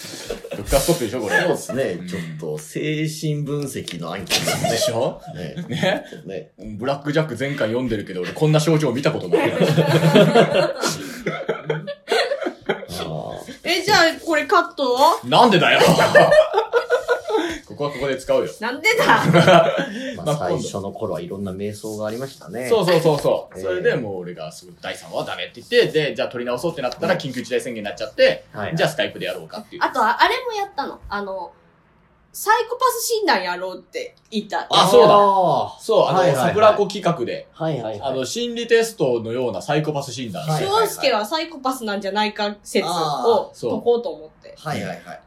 ドクターストップでしょ、これ。
そうですね。ちょっと、精神分析の案件ですね
でしょ ね。
ね。ね。
ブラックジャック前回読んでるけど、俺こんな症状見たことない。
ああ。
え、じゃあ、これカット
なんでだよここはここで使うよ。
なんでだ
まあ、最初の頃はいろんな瞑想がありましたね。
そうそうそうそう。
えー
それでもう俺がすごい第3話はダメって言って、で、じゃあ取り直そうってなったら緊急事態宣言になっちゃって、
はい
じゃあスカイプでやろうかっていう。
あと、ああれもやったの。あの、サイコパス診断やろうって言った。
あそうだ
だ。
そう、あの、
はいはいはい
桜子企画で、
はいはい
あ
はい。
の、心理テストのようなサイコパス診断。
はいはいはい
京介はサイコパスなんじゃないか説
あ
を
ー
解
そう
こうと思って。
はいはいはい。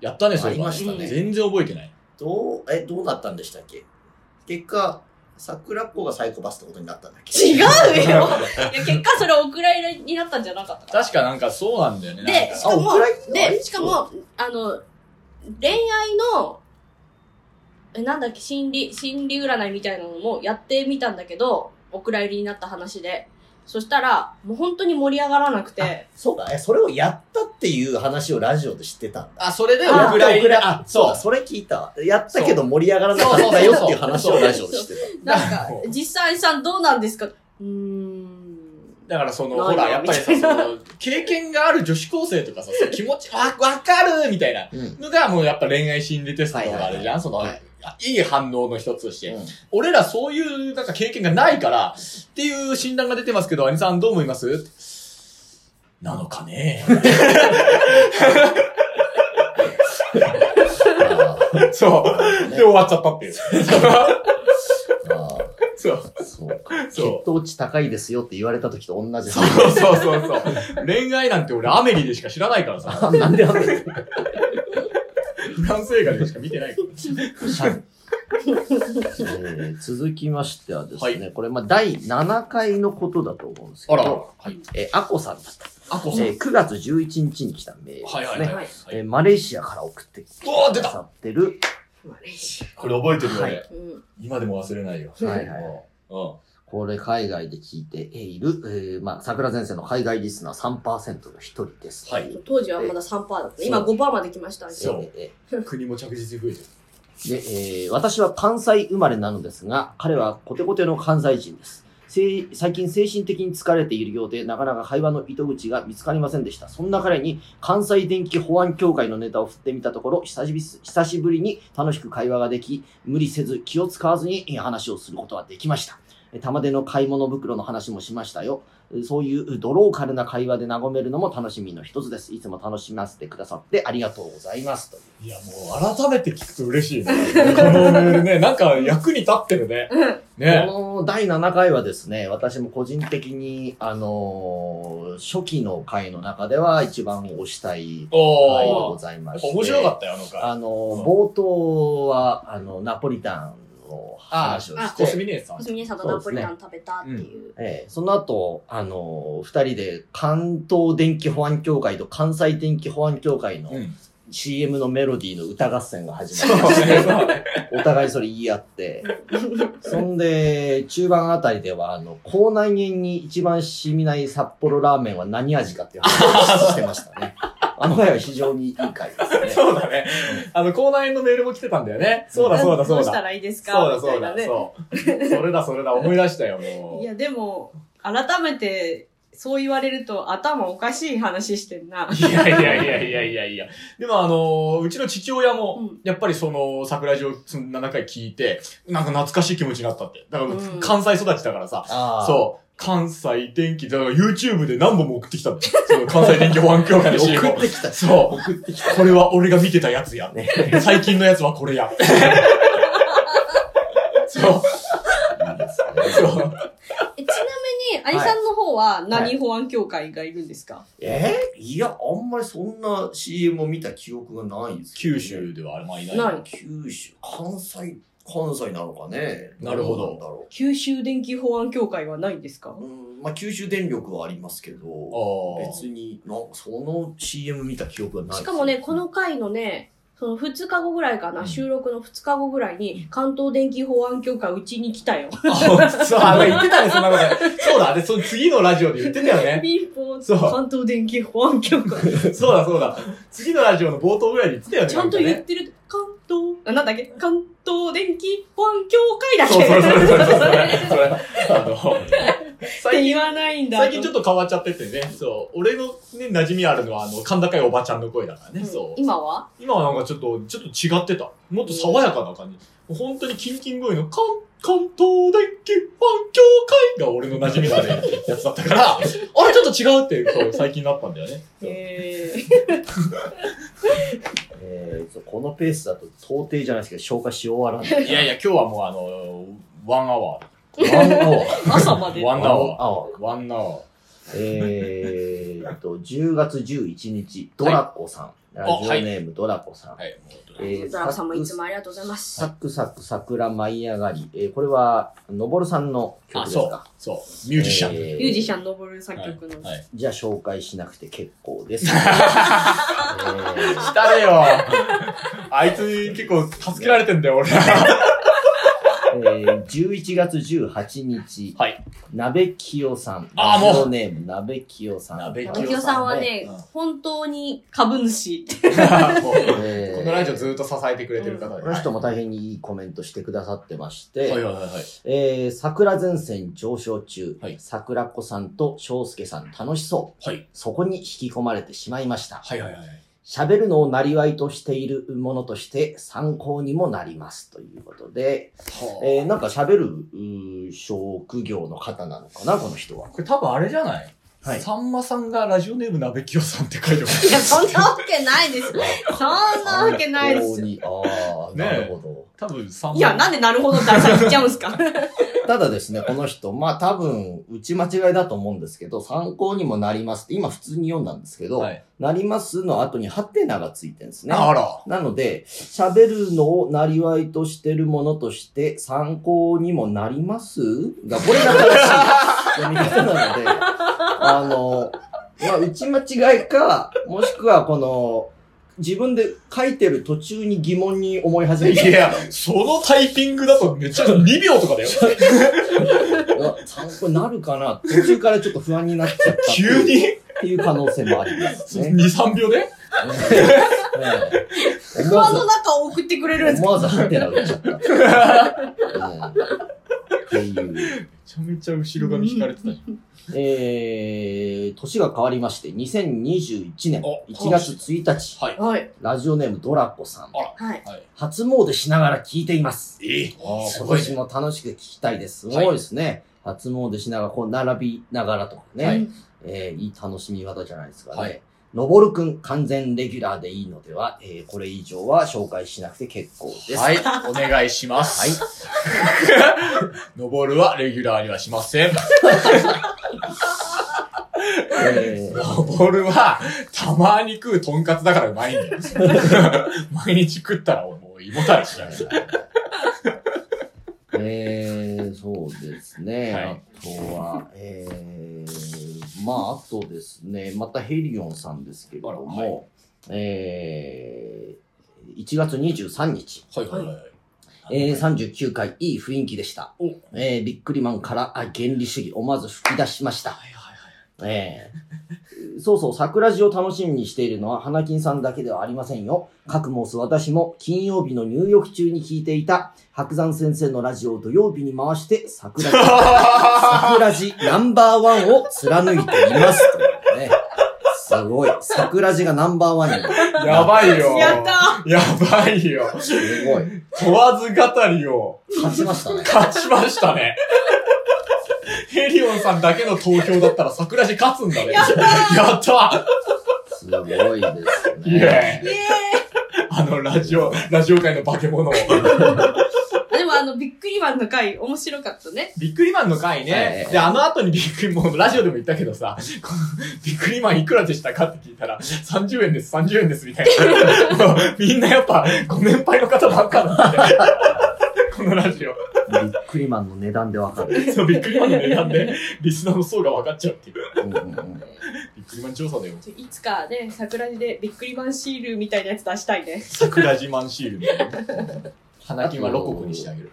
やったね、そ
あ
れ
り
は
ましたね。
全然覚えてない。
どう、え、どうなったんでしたっけ結果、桜子がサイコパスってことになったんだっけ
違うよいや、結果それお蔵入りになったんじゃなかったから。
確かなんかそうなんだよね。なん
で、
か
しかも
あお蔵入、り
で、しかも、あの、恋愛の、え、なんだっけ、心理、心理占いみたいなのもやってみたんだけど、お蔵入りになった話で。そしたら、もう本当に盛り上がらなくて、
そうだ、え、それをやったっていう話をラジオで知ってたんだ。
あ、それで
あ
お蔵入りだ。あ、
そう
そ
だ、それ聞いたわ。やったけど盛り上がらなか
そ
っ
うそう
た
そう
よ
そう
っていう話をラジオで知って
なんか、実際さんどうなんですかうーん。
う。だからその、
ない
ほら、やっぱりさ、
み
そ
たいな
の、経験がある女子高生とかさ、その気持ち、わ、わかるみたいな
た。うん。
のが、もうやっぱ恋愛心理テストとかあるじゃんその、
はい
いい反応の一つとして。
うん
俺らそういう、なんか経験がないから、っていう診断が出てますけど、兄さんどう思いますなのか ね
あー
そう。で、終わっちゃったっていう。
あー
そう。
そうか。血
そ
糖値高いですよって言われた時と同
う。
じ。
そうそうそうそう。恋愛なんて俺アメリでしか知らないからさ。
あなんであんの借
フランス映画でしか見てないから。
えー 続きましてはですね、
は
これ、まあ、第7回のことだと思うんですけ
あら、
ど、
はい。
えー、アコさんだった。
あこさん。
えー、9月11日に来たメールです
はい
ね。
はいはい。はい
えーマレーシアから送ってきて
おー出た
くださってる、
嬉しい。
これ覚えてるよ
は
ね
い。
うん。
今でも忘れないよ。
はいはい
うん。
これ海外で聞いている、えーまあ、桜先生の海外リスナー3%の一人です。
はい。
当時はまだ3%だった。今5%まで来ました。
えー
そう
え
国も着実に増えてる。
ーで、えー私は関西生まれなのですが、彼はコテコテの関西人です。せい最近精神的に疲れているようで、なかなか会話の糸口が見つかりませんでした。そんな彼に関西電気保安協会のネタを振ってみたところ、久しぶり久しぶりに楽しく会話ができ、無理せず気を使わずにえー話をすることができました。えー玉出の買い物袋の話もしましたよ。えーそういうドローカルな会話で和めるのも楽しみの一つです。いつも楽しませてくださってありがとうございます。という
いや、もう改めて聞くと嬉 しいね。このメールね。なんか役に立ってるね。ね。
この第7回はですね、私も個人的に、あのー初期の回の中では一番推したい回で
お
ご
ー。
ざいま
やっ
し
ぱ
て。
面白かったよ、あの回。
あの
うん
ー冒頭は、あの、ナポリタンの話を
あ
して
コ、スミ姉さん
コ。スミネさんとナポリタン食べたっていう。
ええその後、あのー二人で関東電気保安協会と関西電気保安協会の
うん。
CM のメロディーの歌合戦が始
そ
ま
う
りまして、
ね。
お互いそれ言い合って、 そんで、中盤あたりでは、あの、口内炎に一番染みない札幌ラーメンは何味かっていう話をしてまし たね。あの回は非常にいい回です ね。
そうだね。あの、口内炎のメールも来てたんだよね。そうだそうだ
ど
そう
うした
だ。
らいいです
そう
か
だ
みた
そ
いうな
だ。
ね。
そう。それだそれだ、思い出したよ、も。
いうや、でも、改めて、そう言われると頭おかしい話してんな。
いやいやいやいやいやいや。でもあのー、うちの父親
う
も
ん、
やっぱりその、桜城その7回聞いて、なんか懐かしい気持ちになったって。だから
うん、
関西育ちだからさ、
あう。
そう。関西電気、だから YouTube で何本も送ってきたの。その関西電気保安協会の CM
送
を
っ。てきた。
そう
送ってき
これは俺が見てたやつや。最近のやつはこれ や。そう。
たんです
そ
ね。
う。
えちなみに、アリさんの方は何保安協会がいるんですか
えーいや、あんまりそんな CM を見た記憶がないですけ
九
どね
州ではあんまいない。
ない
九州、関西、関西なのかね。
なるほど
うんだろ
九州電気保安協会はないんですか
う。うん、まあ九州電力はありますけ
あ
ど、
ー
別に、なんかその CM 見た記憶がない。
しかもね、この回のね、その2日後ぐらいかな、収録の2日後ぐらいに、関東電気保安協会うちに来 たよ。
あ。そう、あの、言ってたね、そんなこと。そうだ、で、その次のラジオで言ってたよね。
ピンポン
そう
関東電気保安 協会。
そうだ、そうだ。次のラジオの冒頭ぐらいに言ってたよね。
ちゃんと
な
言
か
っ
ね
てる。関東、あなんだっけ関東電気保安協会だっけ
そうそうそうそう。それ、そ
っ
れそれあの、
て
最近
言、わないんだ。
最近ちょっと変わっちゃっててね。そう。俺のね、馴染みあるのは、あの、甲高いおばちゃんの声だからね。そう。
今は
今はなんかちょっと、ちょっと違ってた。もっと爽やかな感じ。もう本当にキンキン声の関、関東電気ファン協会が俺の馴染みのあるやつだったから、あれちょっと違うっていう、そう最近なったんだよね。
え
えー、そうこのペースだと到底じゃないですけど消化し終わらない。
いやいや、今日はもうあの、ワンアワ
ワンオー
ー、朝まで。
ワンアワ
ワンアワー
ー。ワンアワー。
えーっと、10月11日、ドラコさん。
い
ラジオネーム、ドラコさん。
はい。
えー
ドラムさんもいつもありがとうございます。
サクサク桜舞い上がり。えーこれは、のぼるさんの曲
あ、
です
そう
か。。
そう。ミュージシャン。
え
ミュージシャン登る作曲の。
はいはい
じゃあ紹介しなくて結構です。えー
したれよ。あいつに結構助けられてんだ よ、俺。
えー11月18日、
はい。
鍋清さん。
あーもう
ラジオネーム、鍋清さん。
鍋
あきおさんはね
うん、
本当に株主。
もう
えー
このラジオずっと支えてくれてる方で。
この人も大変にいいコメントしてくださってまして、
はいはいはいはい。
えー桜前線上昇中、
はい
桜子さんと翔介さん楽しそう。
はい。
そこに引き込まれてしまいました。
はいはいはい。
喋るのをなりわいとしているものとして参考にもなります。ということで、えーなんか喋るうー職業の方なのかな、この人は。
これ多分あれじゃない、
はい
さんまさんがラジオネームなべきよさんって書いてま
いや、
す。
そんなわけないです。そんなわけないです
参考
よ。
にあ
ね
あ、
え
なるほど。
多分さんま
いや、なんでなるほどって朝言っちゃうんすか
だただですね、この人、まあ多分、打ち間違いだと思うんですけど、参考にもなりますって、今普通に読んだんですけど、
はい
なりますの後にハテナがついてるんですね。
あら。
なので、喋るのをなりわいとしてるものとして、参考にもなりますが、これが正しい読み方なので、あの、まあ、打ち間違いか、もしくはこの、自分で書いてる途中に疑問に思い始め
い
て、
や、そのタイピングだとめっちゃ2秒と かだよ。
あ参考になるかな途中からちょっと不安になっちゃったっていう
急に
っていう可能性もありますね。
?2、3秒で
ええ思
不
わ
安
ず
の中を送ってくれるんです
思
か
わずハテナ打っちゃった。ええっていう。
めちゃめちゃ後ろ髪引かれてたじ
えー、年が変わりまして、2021年
お
1月1日、
ゃん。はい。
はい。
ラジオネームドラコさん、
はい。
初詣しながら聞いています。
ええす
今
ごい
年
ね。
も楽しく聞きたいです。すごいですね。初詣しながら、こう、並びながらとかね。、
はい
えーいい楽しみ方じゃないですかね。
はい
のぼるくん、完全レギュラーでいいのでは、えーこれ以上は紹介しなくて結構です。
はい、お願いします。はい。 登るはレギュラーにはしません。
えー
登るは、たまに食うとんかつだからうまいんだよ。 毎日食ったらもう胃もたれしちゃう。
えーそうですね。
はい
あとは、えーまあ、あとですね、またヘリオンさんですけれども、
あらはい
えー1月23日、
はいはいはい。
えー、39回、いい雰囲気でした
お。
えー、ビックリマンからあ原理主義、思わず吹き出しました。えー、そうそう、桜地を楽しみにしているのは、花金さんだけではありませんよ。各モス私も金曜日の入浴中に聞いていた、白山先生のラジオを土曜日に回して、桜地、桜地ナンバーワンを貫いています。というね、すごい。桜地がナンバーワンに。
やばいよ。
やった
やばいよ。
すごい。
問わず語りを
勝ちましたね。
勝ちましたね。ヘリオンさんだけの投票だったら桜地勝つんだね。やったやった
すごいです
イ
ね。
エ
イ
ーイ
エ
あの、ラジオ、ラジオ界の化け 物。
ーイでもあの、ビックリマンの回、面白かったね。
ビックリマンの回ね
え。え
で、あの後にビックリ、もうラジオでも言ったけどさ、このビックリマンいくらでしたかって聞いたら、30円です、30円です、みたいな。もうみんなやっぱ、ご年配の方ばっかなんだよ。このラジオ。
ビックリマンの値段でわかる。
そう、ビックリマンの値段で、リスナーの層が分かっちゃうっていう。
うんうんうん
ビックリマン調査だよ。
いつかね、桜地でビックリマンシールみたいなやつ出したいね。
桜自慢シールみたいな。花金はロココにしてあげる。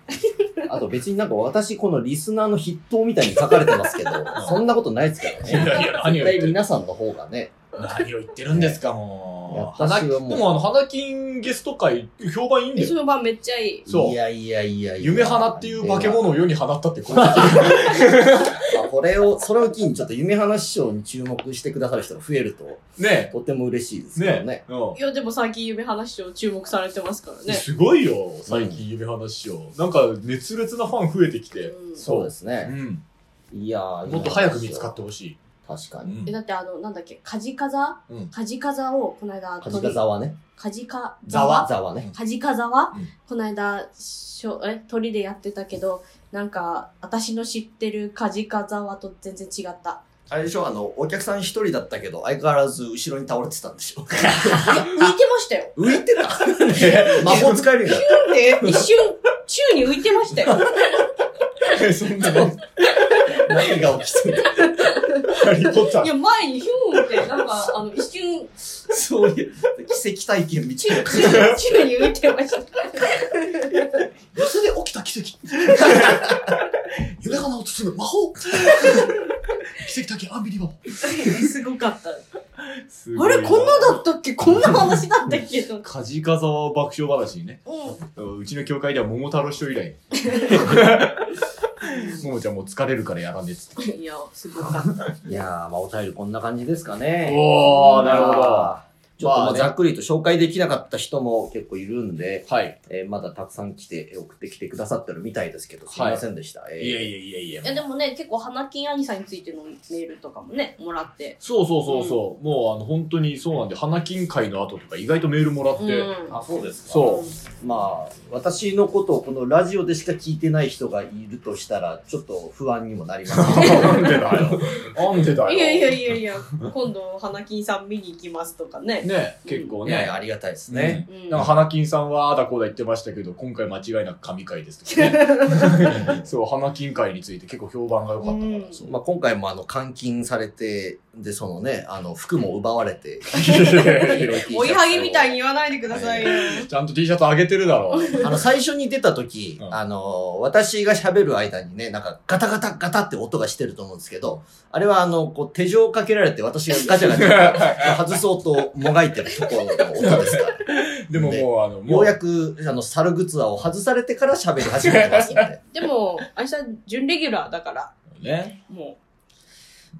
あと別になんか私このリスナーの筆頭みたいに書かれてますけ ど、そんなことないですから
いや
ね。
いや、何
絶
を言
対
ってる
皆さんの方がね、
何を言ってるんですか、もう。花
私
金、
は
で
もう
もあの、花金ゲスト会、評判いいんだよ
そ。の番めっちゃいい。
そう
いやいやいやいや。
夢花っていう化け物を世に放ったってこれあ
まあこれを、それを機にちょっと夢話師匠に注目してくださる人が増えると、
ね
とても嬉しいです
え。
けど
ねえ。
ね。
う
いや、でも最近夢話を注目されてますから
ん。
ね。
すごいよ、最近夢話を。なんか、熱烈なファン増えてきて。
うん
そうです
う
ね。
ん。
いやー
もっと早く見つかってほしい。
確か
う
に。
ん
え、。だってあの、なんだっけ、カジカザ
うん
カジカザを、この間、
カジカザワね。
カジカ
ザワ
ザワね。
カジカザは、
うん
この間しょえ鳥でやってたけどなんか私の知ってるカジカザワと全然違った
あれでしょあの、お客さん一人だったけど、相変わらず後ろに倒れてたんでし ょ
浮いてましたよ
浮いてた魔法使えるんだ。
で一瞬宙に浮いてました よ
そんなの、
何が起きてる
ハリーポッタ
い
ー。
や前にヒューンってなん かあの一瞬
そういう、奇跡体験みた
宙
いな。
宙宙に浮いてました
それで起きた奇跡。夢花を包む魔法奇跡体験アンビリバボー。
すごかったあ
すごい
れこんなだったっけこんな話だったっけとか
カジカザワを爆笑話にね。
うん
うちの教会では桃太郎師匠以 来。桃ちゃんもう疲れるからやらねえっつって。
いやすごかった
いやー、まあお便りこんな感じですかね。
お
いやー。ちょっとま
まあ
あ
ね
ざっくりと紹介できなかった人も結構いるんで、
はい。
えーまだたくさん来て、えー送ってきてくださってるみたいですけど、
い
すいませんでした。えー
いやいやいやいや
い。やでもね、結構、花金兄さんについてのメールとかもね、もらって。
そうそうそうそう。もうあの本当にそうなんで、花金会の後とか意外とメールもらって。
うん
あ、そうですか。。
そう
まあ、私のことをこのラジオでしか聞いてない人がいるとしたら、ちょっと不安にも なります。
う。なんでだよ。なんでだよ。
いやいやいやいや、今度、花金さん見に行きますとかね。
ね、結構
いやい
ね
や、。ありがたいですね。
ね。
うん
なんか、花金さん はあだこうだ言ってましたけど、今回間違いなく神回ですとかね。 そう、花金会について結構評判が良か ったから。
うん
そう
まあ、今回もあの監禁されて、で、そのね、あの服も奪わ れて、
追いはぎみたい
に。
に言わないでくださいよ。
ちゃんと T シャツあげてるだろう。
あの、最初に出た時、
うん
あの、私が喋る間にね、なんかガタガタガタって音がしてると思うんですけど、あれはあの、こう手錠をかけられて私がガチャガチ ャ外そうともがいてるところの音ですから。
でももう、あの、
よ
も
う
う
やく、あの、猿グツアーを外されてから喋り始めてますので。
でも、明日、準レギュラーだから、
ね。
も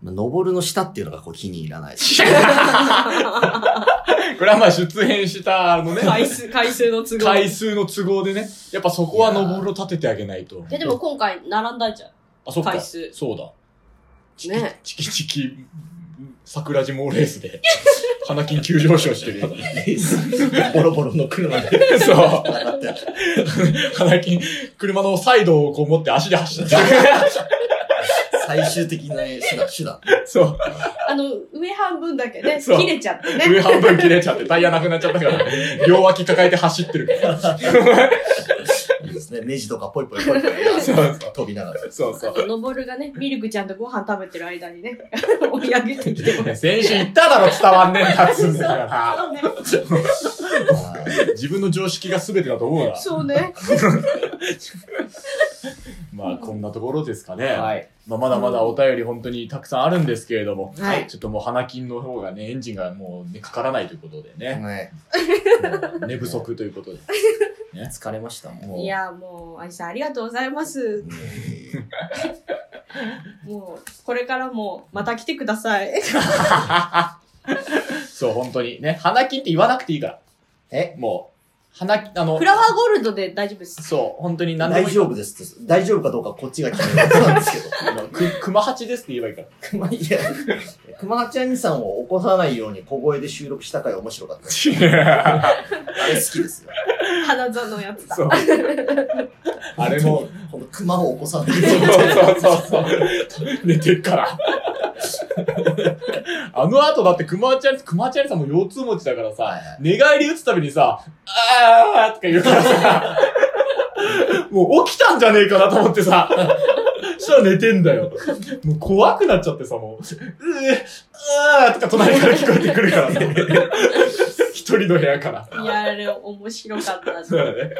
まあ登るの下っていうのがこう気に入らないです。
これはまあ出演した、あの
う、
ね、
回数、回数の都合。
回数の都合でね、やっぱそこは登るを立ててあげないと。
え、でも今回、並んだじゃん。
あ、そっか
回。数
そうだ。チキ、
ね
チキチキ、桜島レースで、花金急上昇してる。
ボロボロの車で。
そう。
上がって
花金、車のサイドをこう持って足で走ってる。
最終的な手段、手段。
そう。
あの、上半分だけ ね、
そう
切れちゃって
上
ね。
半分切れちゃって、タイヤなくなっちゃったから、両脇抱えて走ってるから。
いいですね。ネジとかポイポイポイポイ
そうそう
飛びながら。
そうそ
あ
う。
と、のぼるがね、ミルクちゃんとご飯食べてる間にね、 追い上げ てきてます。
先週言っただろ、伝わんねえんだっつうんだから。
ね
自分の常識が全てだと思 うな。
そうね。
まあ、こんなところですかね。
はい。
まあ、まだまだお便り本当にたくさんあるんですけれども、
はい
ちょっともう花金の方がね、エンジンがもう、ね、かからないということでね、
ね
もう寝不足ということで。
疲れました。もう。
いや、もう、愛さんありがとうございます。もう、これからも、また来てください。
そう、本当に。ね、花金って言わなくていいから。
え
もう、花金、あの
フ、ラワーゴールドで大丈夫です。
そう、本当に何で
大
もいい。
丈夫ですって。大丈夫かどうかこっちが決めることなんですけど。
あのく熊八ですって言えばいい から。
熊、いや、熊八兄さんを起こさないように小声で収録した回面白かったです。あれ好きですよ。
花座のやつだ。
そう。あれも、
この熊を起こさない
そ
よう
う
に。
そうそうそう。寝てるから。あの後だって熊ちゃん、熊ちゃんさんも腰痛持ちだからさ、
はいはい
寝返り打つたびにさ、あーとか言うからさ、もう起きたんじゃねえかなと思ってさ、そしたら寝てんだよ。もう怖くなっちゃってさ、もう、うー、あーとか隣から聞こえてくるからさ、一人の部屋から。
いや、あれ、面白かったです
そう。だね。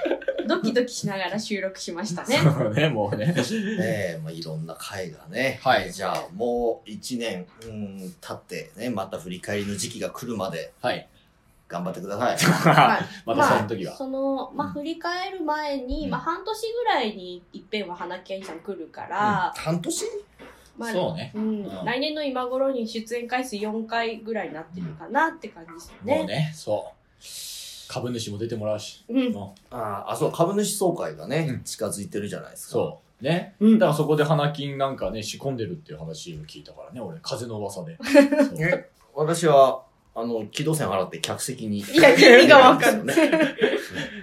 ドキドキしながら収録しましたね。
そうね、もうね。
ねえ、まあ、いろんな回がね。
はい
じゃあ、もう一年、うん、経ってね、また振り返りの時期が来るまで
はい。
頑張ってください。
はい
またその時
まあ、
は。
その、まあ、振り返る前に、
うん
まあ、半年ぐらいにいっぺんは花木愛さん来るから、
半年
まあ、
そうね。
うん
うん
来年の今頃に出演回数4回ぐらいになってるかなって感じですよ
もう
ね。
ね、そう。株主も出てもらうし。
うん。
ああ、そう、株主総会がね、
うん
近づいてるじゃないですか。
そう。ね。
うん
だからそこで花金なんかね、仕込んでるっていう話を聞いたからね、俺、風の噂で。 そう
え、私は、あの、軌道線払って客席に。い
いや、意味がわかん
な
ないい。
ですよね。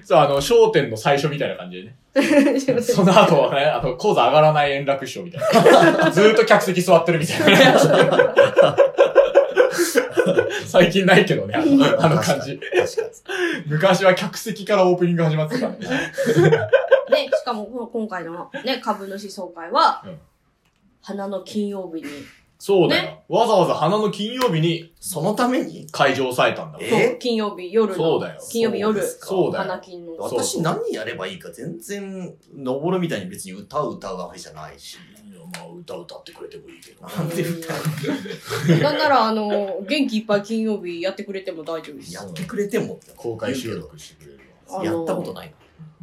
そう、あの、商店の最初みたいな感じで ね。その後はね、あの、講座上がらない円楽師匠みたいな。ず ーっと客席座ってるみたいな ね。最近ないけどね、あ のあの感じ。
確かに。
昔は客席からオープニング始まってたからね。
ね、しかもこの今回のね、株主総会は、
うん
花の金曜日に。
そうだよ。わざわざ花の金曜日に
そのために
会場を抑えたんだもん。
え
そう金曜日夜の。
そうだよ
金曜日夜。
そうですか
そうだよ
花金 の。
そう
私何やればいいか全然、登るみたいに別に歌う歌うわけじゃないし。
いやまあ、歌歌ってくれてもいいけど。
なんで歌う
うんなんなら、あの、元気いっぱい金曜日やってくれても大丈夫です。
やってくれてもって
公開収録してくれる
あの
やったことない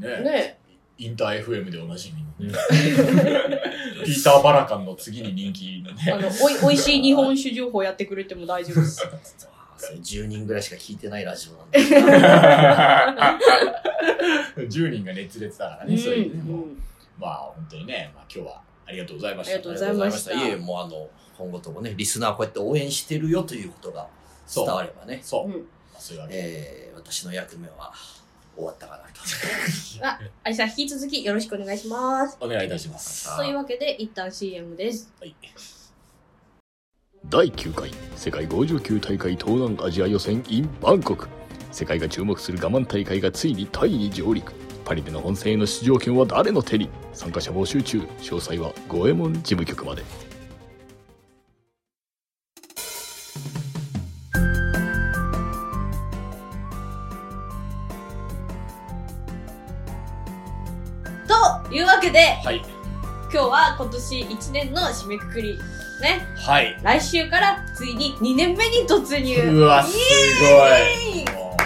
わ。ね
ね
インター FM でおなじみのね。 ピーター・バラカンの次に人気の
あ
ね。
の、おい、おいしい日本酒情報やってくれても大丈夫です。
な。
それ10人ぐらいしか聞いてないラジオなんで。
10人が熱烈だからね、そういうね、もうまあ本当にね、まあ今日はありがとうございました。
ありがとうございました
ありがとうございまいえいえ、もうあの、今後ともね、リスナーこうやって応援してるよということが伝わればね、
そう。
うん
まあ、そういうわけで。
えー、私の役目は終わったかなと。
ありさん、引き続きよろしくお願いします。
お願いいたします。
というわけで、一旦 CM です。
はい。
第9回世界59大会東南アジア予選 in バンコク世界が注目する我慢大会がついにタイに上陸パリでの本戦への出場権は誰の手に参加者募集中詳細は五右衛門事務局まで
というわけで、
はい。
今日は今年1年の締めくくり。ね。
はい。
来週からついに2年目に突
う
入。
わ、す
イエー
ごい。も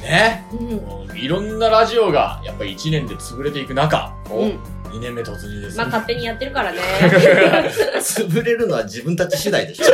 うね。
うん。
もういろんなラジオがやっぱり1年で潰れていく中、
う
二2
ん。
年目突入です
まあ
ね。
勝手にやってるからね。
潰れるのは自分たち次 第でしょ。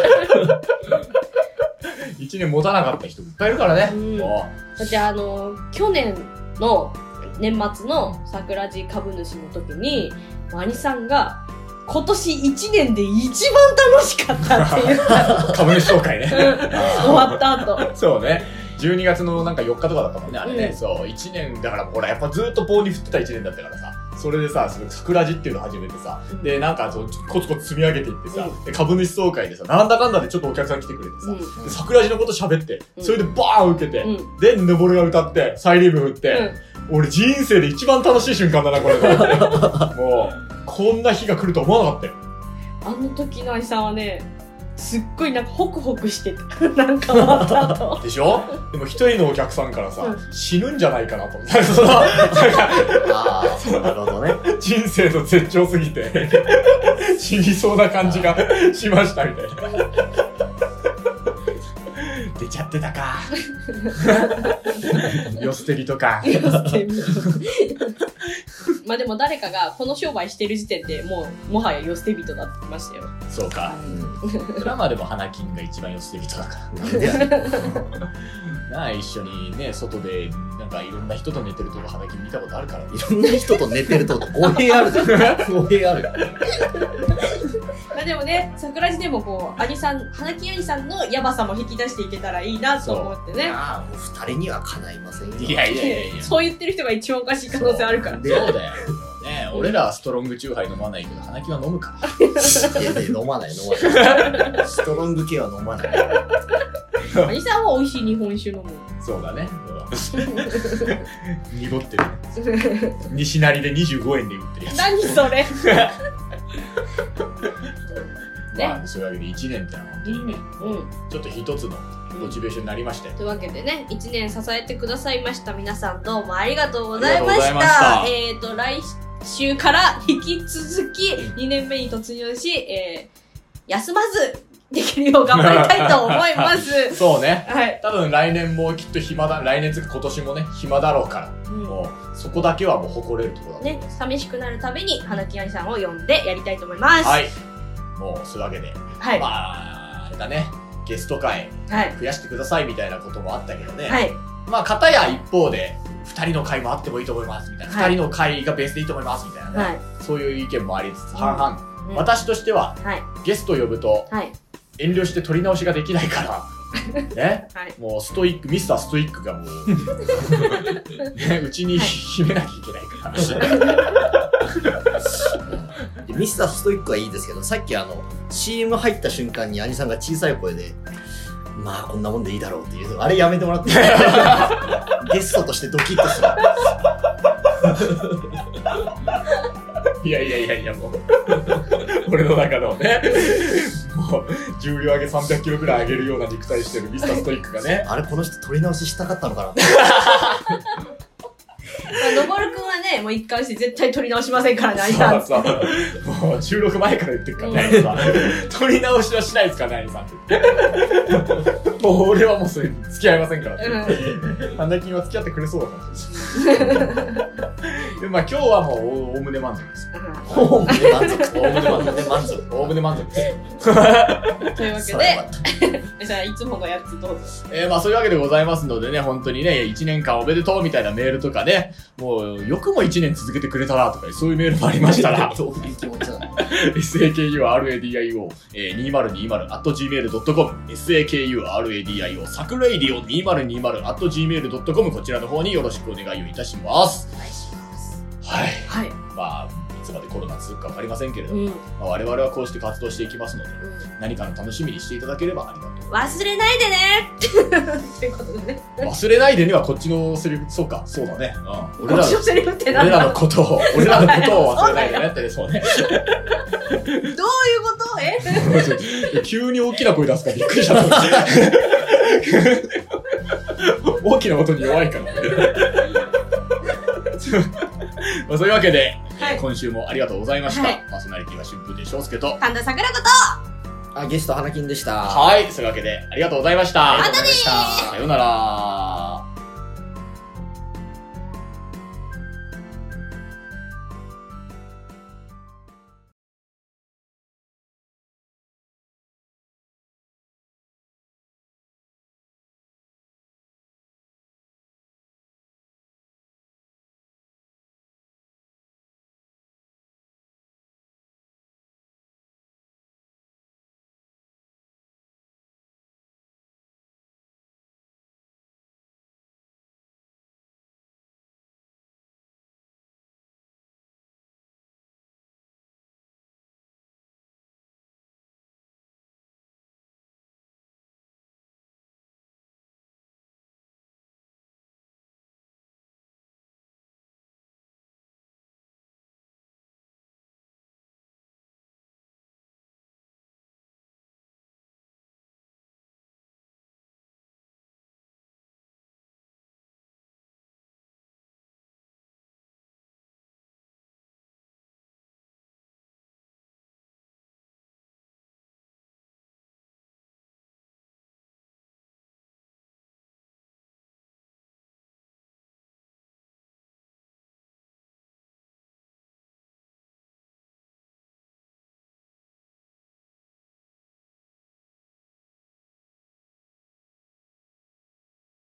1年持たなかった人いっぱいいるからね。
うん
も
だってあの、去年の年末の桜地株主の時に、ワニさんが、今年1年で一番楽しかったって言ったの。
う株主総会 ね。
終わった後。
そうね。12月のなんか4日とかだったもんね、あれね。
うん
そう、1年、だからほら、やっぱずっと棒に振ってた1年だったからさ、それでさ、その桜地っていうの始めてさ、
うん
で、なんかそう、コツコツ積み上げていってさ
う、
で株主総会でさ、なんだかんだでちょっとお客さん来てくれて
う
さ、
ん。
で桜地のこと喋って、
うん
それでバーン受けて、
うん。
で、のぼるが歌って、サイリーブ振って、
うん
俺人生で一番楽しい瞬間だな、 これが。もう、こんな日が来ると思わなかったよ。
あの時の愛さんはね、すっごいなんかホクホクしてた。 なんか終わった 後。
でしょでも一人のお客さんからさ、
う
死ぬんじゃないかなと思って。そのなんか
ああ、なるほどね。
人生の絶頂すぎ て死にそうな感じがしましたみ たいな出ちゃってた かよ捨てりと か
まあでも誰かがこの商売してる時点でもう、もはや寄捨て人だって言ってましたよ。
そうかドラマでも花金が一番よ捨て人だか
なんでやねん
らなあ一緒にね外でなんかいろんな人と寝てるとこ花金見たことあるから
いろんな人と寝てると語弊あるじゃん。語弊あるよ。
まあでもね、桜地でもこう、兄さん、花木兄さんのヤバさも引き出していけたらいいなと思ってね。
ああ、もう二人にはかないませんよ。
いやいやいやいや
そう言ってる人が一番おかしい可能性あるから。
そうだよね俺らはストロングチューハイ飲まないけど花金は飲むから
いやいや飲まない飲まない。ストロング系は飲まない。
兄さんは美味しい日 本酒飲む。
そうだね 濁ってる西成で25円で売ってるやつ
何そ れ
ま
ね。
あ、そういうわけで1年ってのは本当にね、
うん。
ちょっと一つのモチベーションになりまして、
というわけでね、1年支えてくださいました皆さんどうもありがとうございま
あ
し
りが
た。
とうございました
えっ、ー、と、来週から引き続き2年目に突入し、えー、休まずできるよう頑張りたいと思いま す。
そうね
はい。
多分来年もきっと暇だ来年つうか今年もね暇だろうから、
うん
もうそこだけはもう誇れるとこ ろだと思い
ね
ます、、
寂しくなるたびに花木愛さんを呼んでやりたいと思います。。
はいいもうそういうわけで、
はい。
まああれだねゲスト会
はい。
増やしてくださいみたいなこともあったけどね、
はい。
まあ片や一方で2人の会もあってもいいと思いますみたいな、
はい
2人の会がベースでいいと思いますみたいなね、
はい。
そういう意見もありつつ半々、
うん
私としては
はい。
ゲスト呼ぶと
はい。
遠慮して取り直しができない から、ね、
はい。
もうストイック、ミスターストイックがもう、 ね、うちに
はい
秘めなきゃいけないから。
でミスターストイックはいいですけど、さっきあの、CM 入った瞬間に兄さんが小さい声で、まあこんなもんでいいだろうっていう、あれやめても らっていいゲストとしてドキッとする。
いやいやいやいや、もう、 俺の中のね、もう、重量上げ300キロぐらい上げるような肉体してるミスターストイックがね、
あれこの人取り直ししたかったのかなって。
まあ、のぼるくんはね、もう一回して絶対取り直しませんからね、愛
そ
さん
う。そう、もう収録前から言ってるからね、さん。撮り直しはしないですからね、兄さんって言って。もう俺はもうそれ付き合いませんからって言って。ハンダキンは付き合ってくれそうだかもしれ ない。でもまあ今日はもうおおむね満足です。
ホームで満
お
足。
おむね満
で満足。
足。おおむね満足です。
というわけ
それは
で、じゃあいつものやつどうぞ。
えー、まあそういうわけでございますのでね、本当にね、1年間おめでとうみたいなメールとかね、もうよくも1年続けてくれたなとか、そういうメールもありました ら、
どういう気持ちだ
sakuradiio2020 gmail.com sakuradio 桜イディオ2020 gmail.com こちらの方によろしくお願いをいたします。はい。
はい。
まあ、いつまでコロナ続くかわかりませんけれど
う
も、
ん。
まあ我々はこうして活動していきますので、何かの楽しみにしていただければありがと
忘れないでね っていうことでね。
う。忘れないでねはこっちのセリフ、そうか、そうだね。うん。俺らの
私のセリフってなん
俺
だ
ら
ど
のこと を、俺らのことを忘れないでねって、そうね。
ういうことえ
急に大きな声出すからびっくりしちゃった。 大きな音に弱いから。 まあそういうわけで、
はい
今週もありがとうございました。
はい
パーソナリティは春風亭昇介と。
神田桜子と
あ、ゲスト、花金でした。
はい、そういうわけでありがとうございました。
ありがとうございました。
さようなら。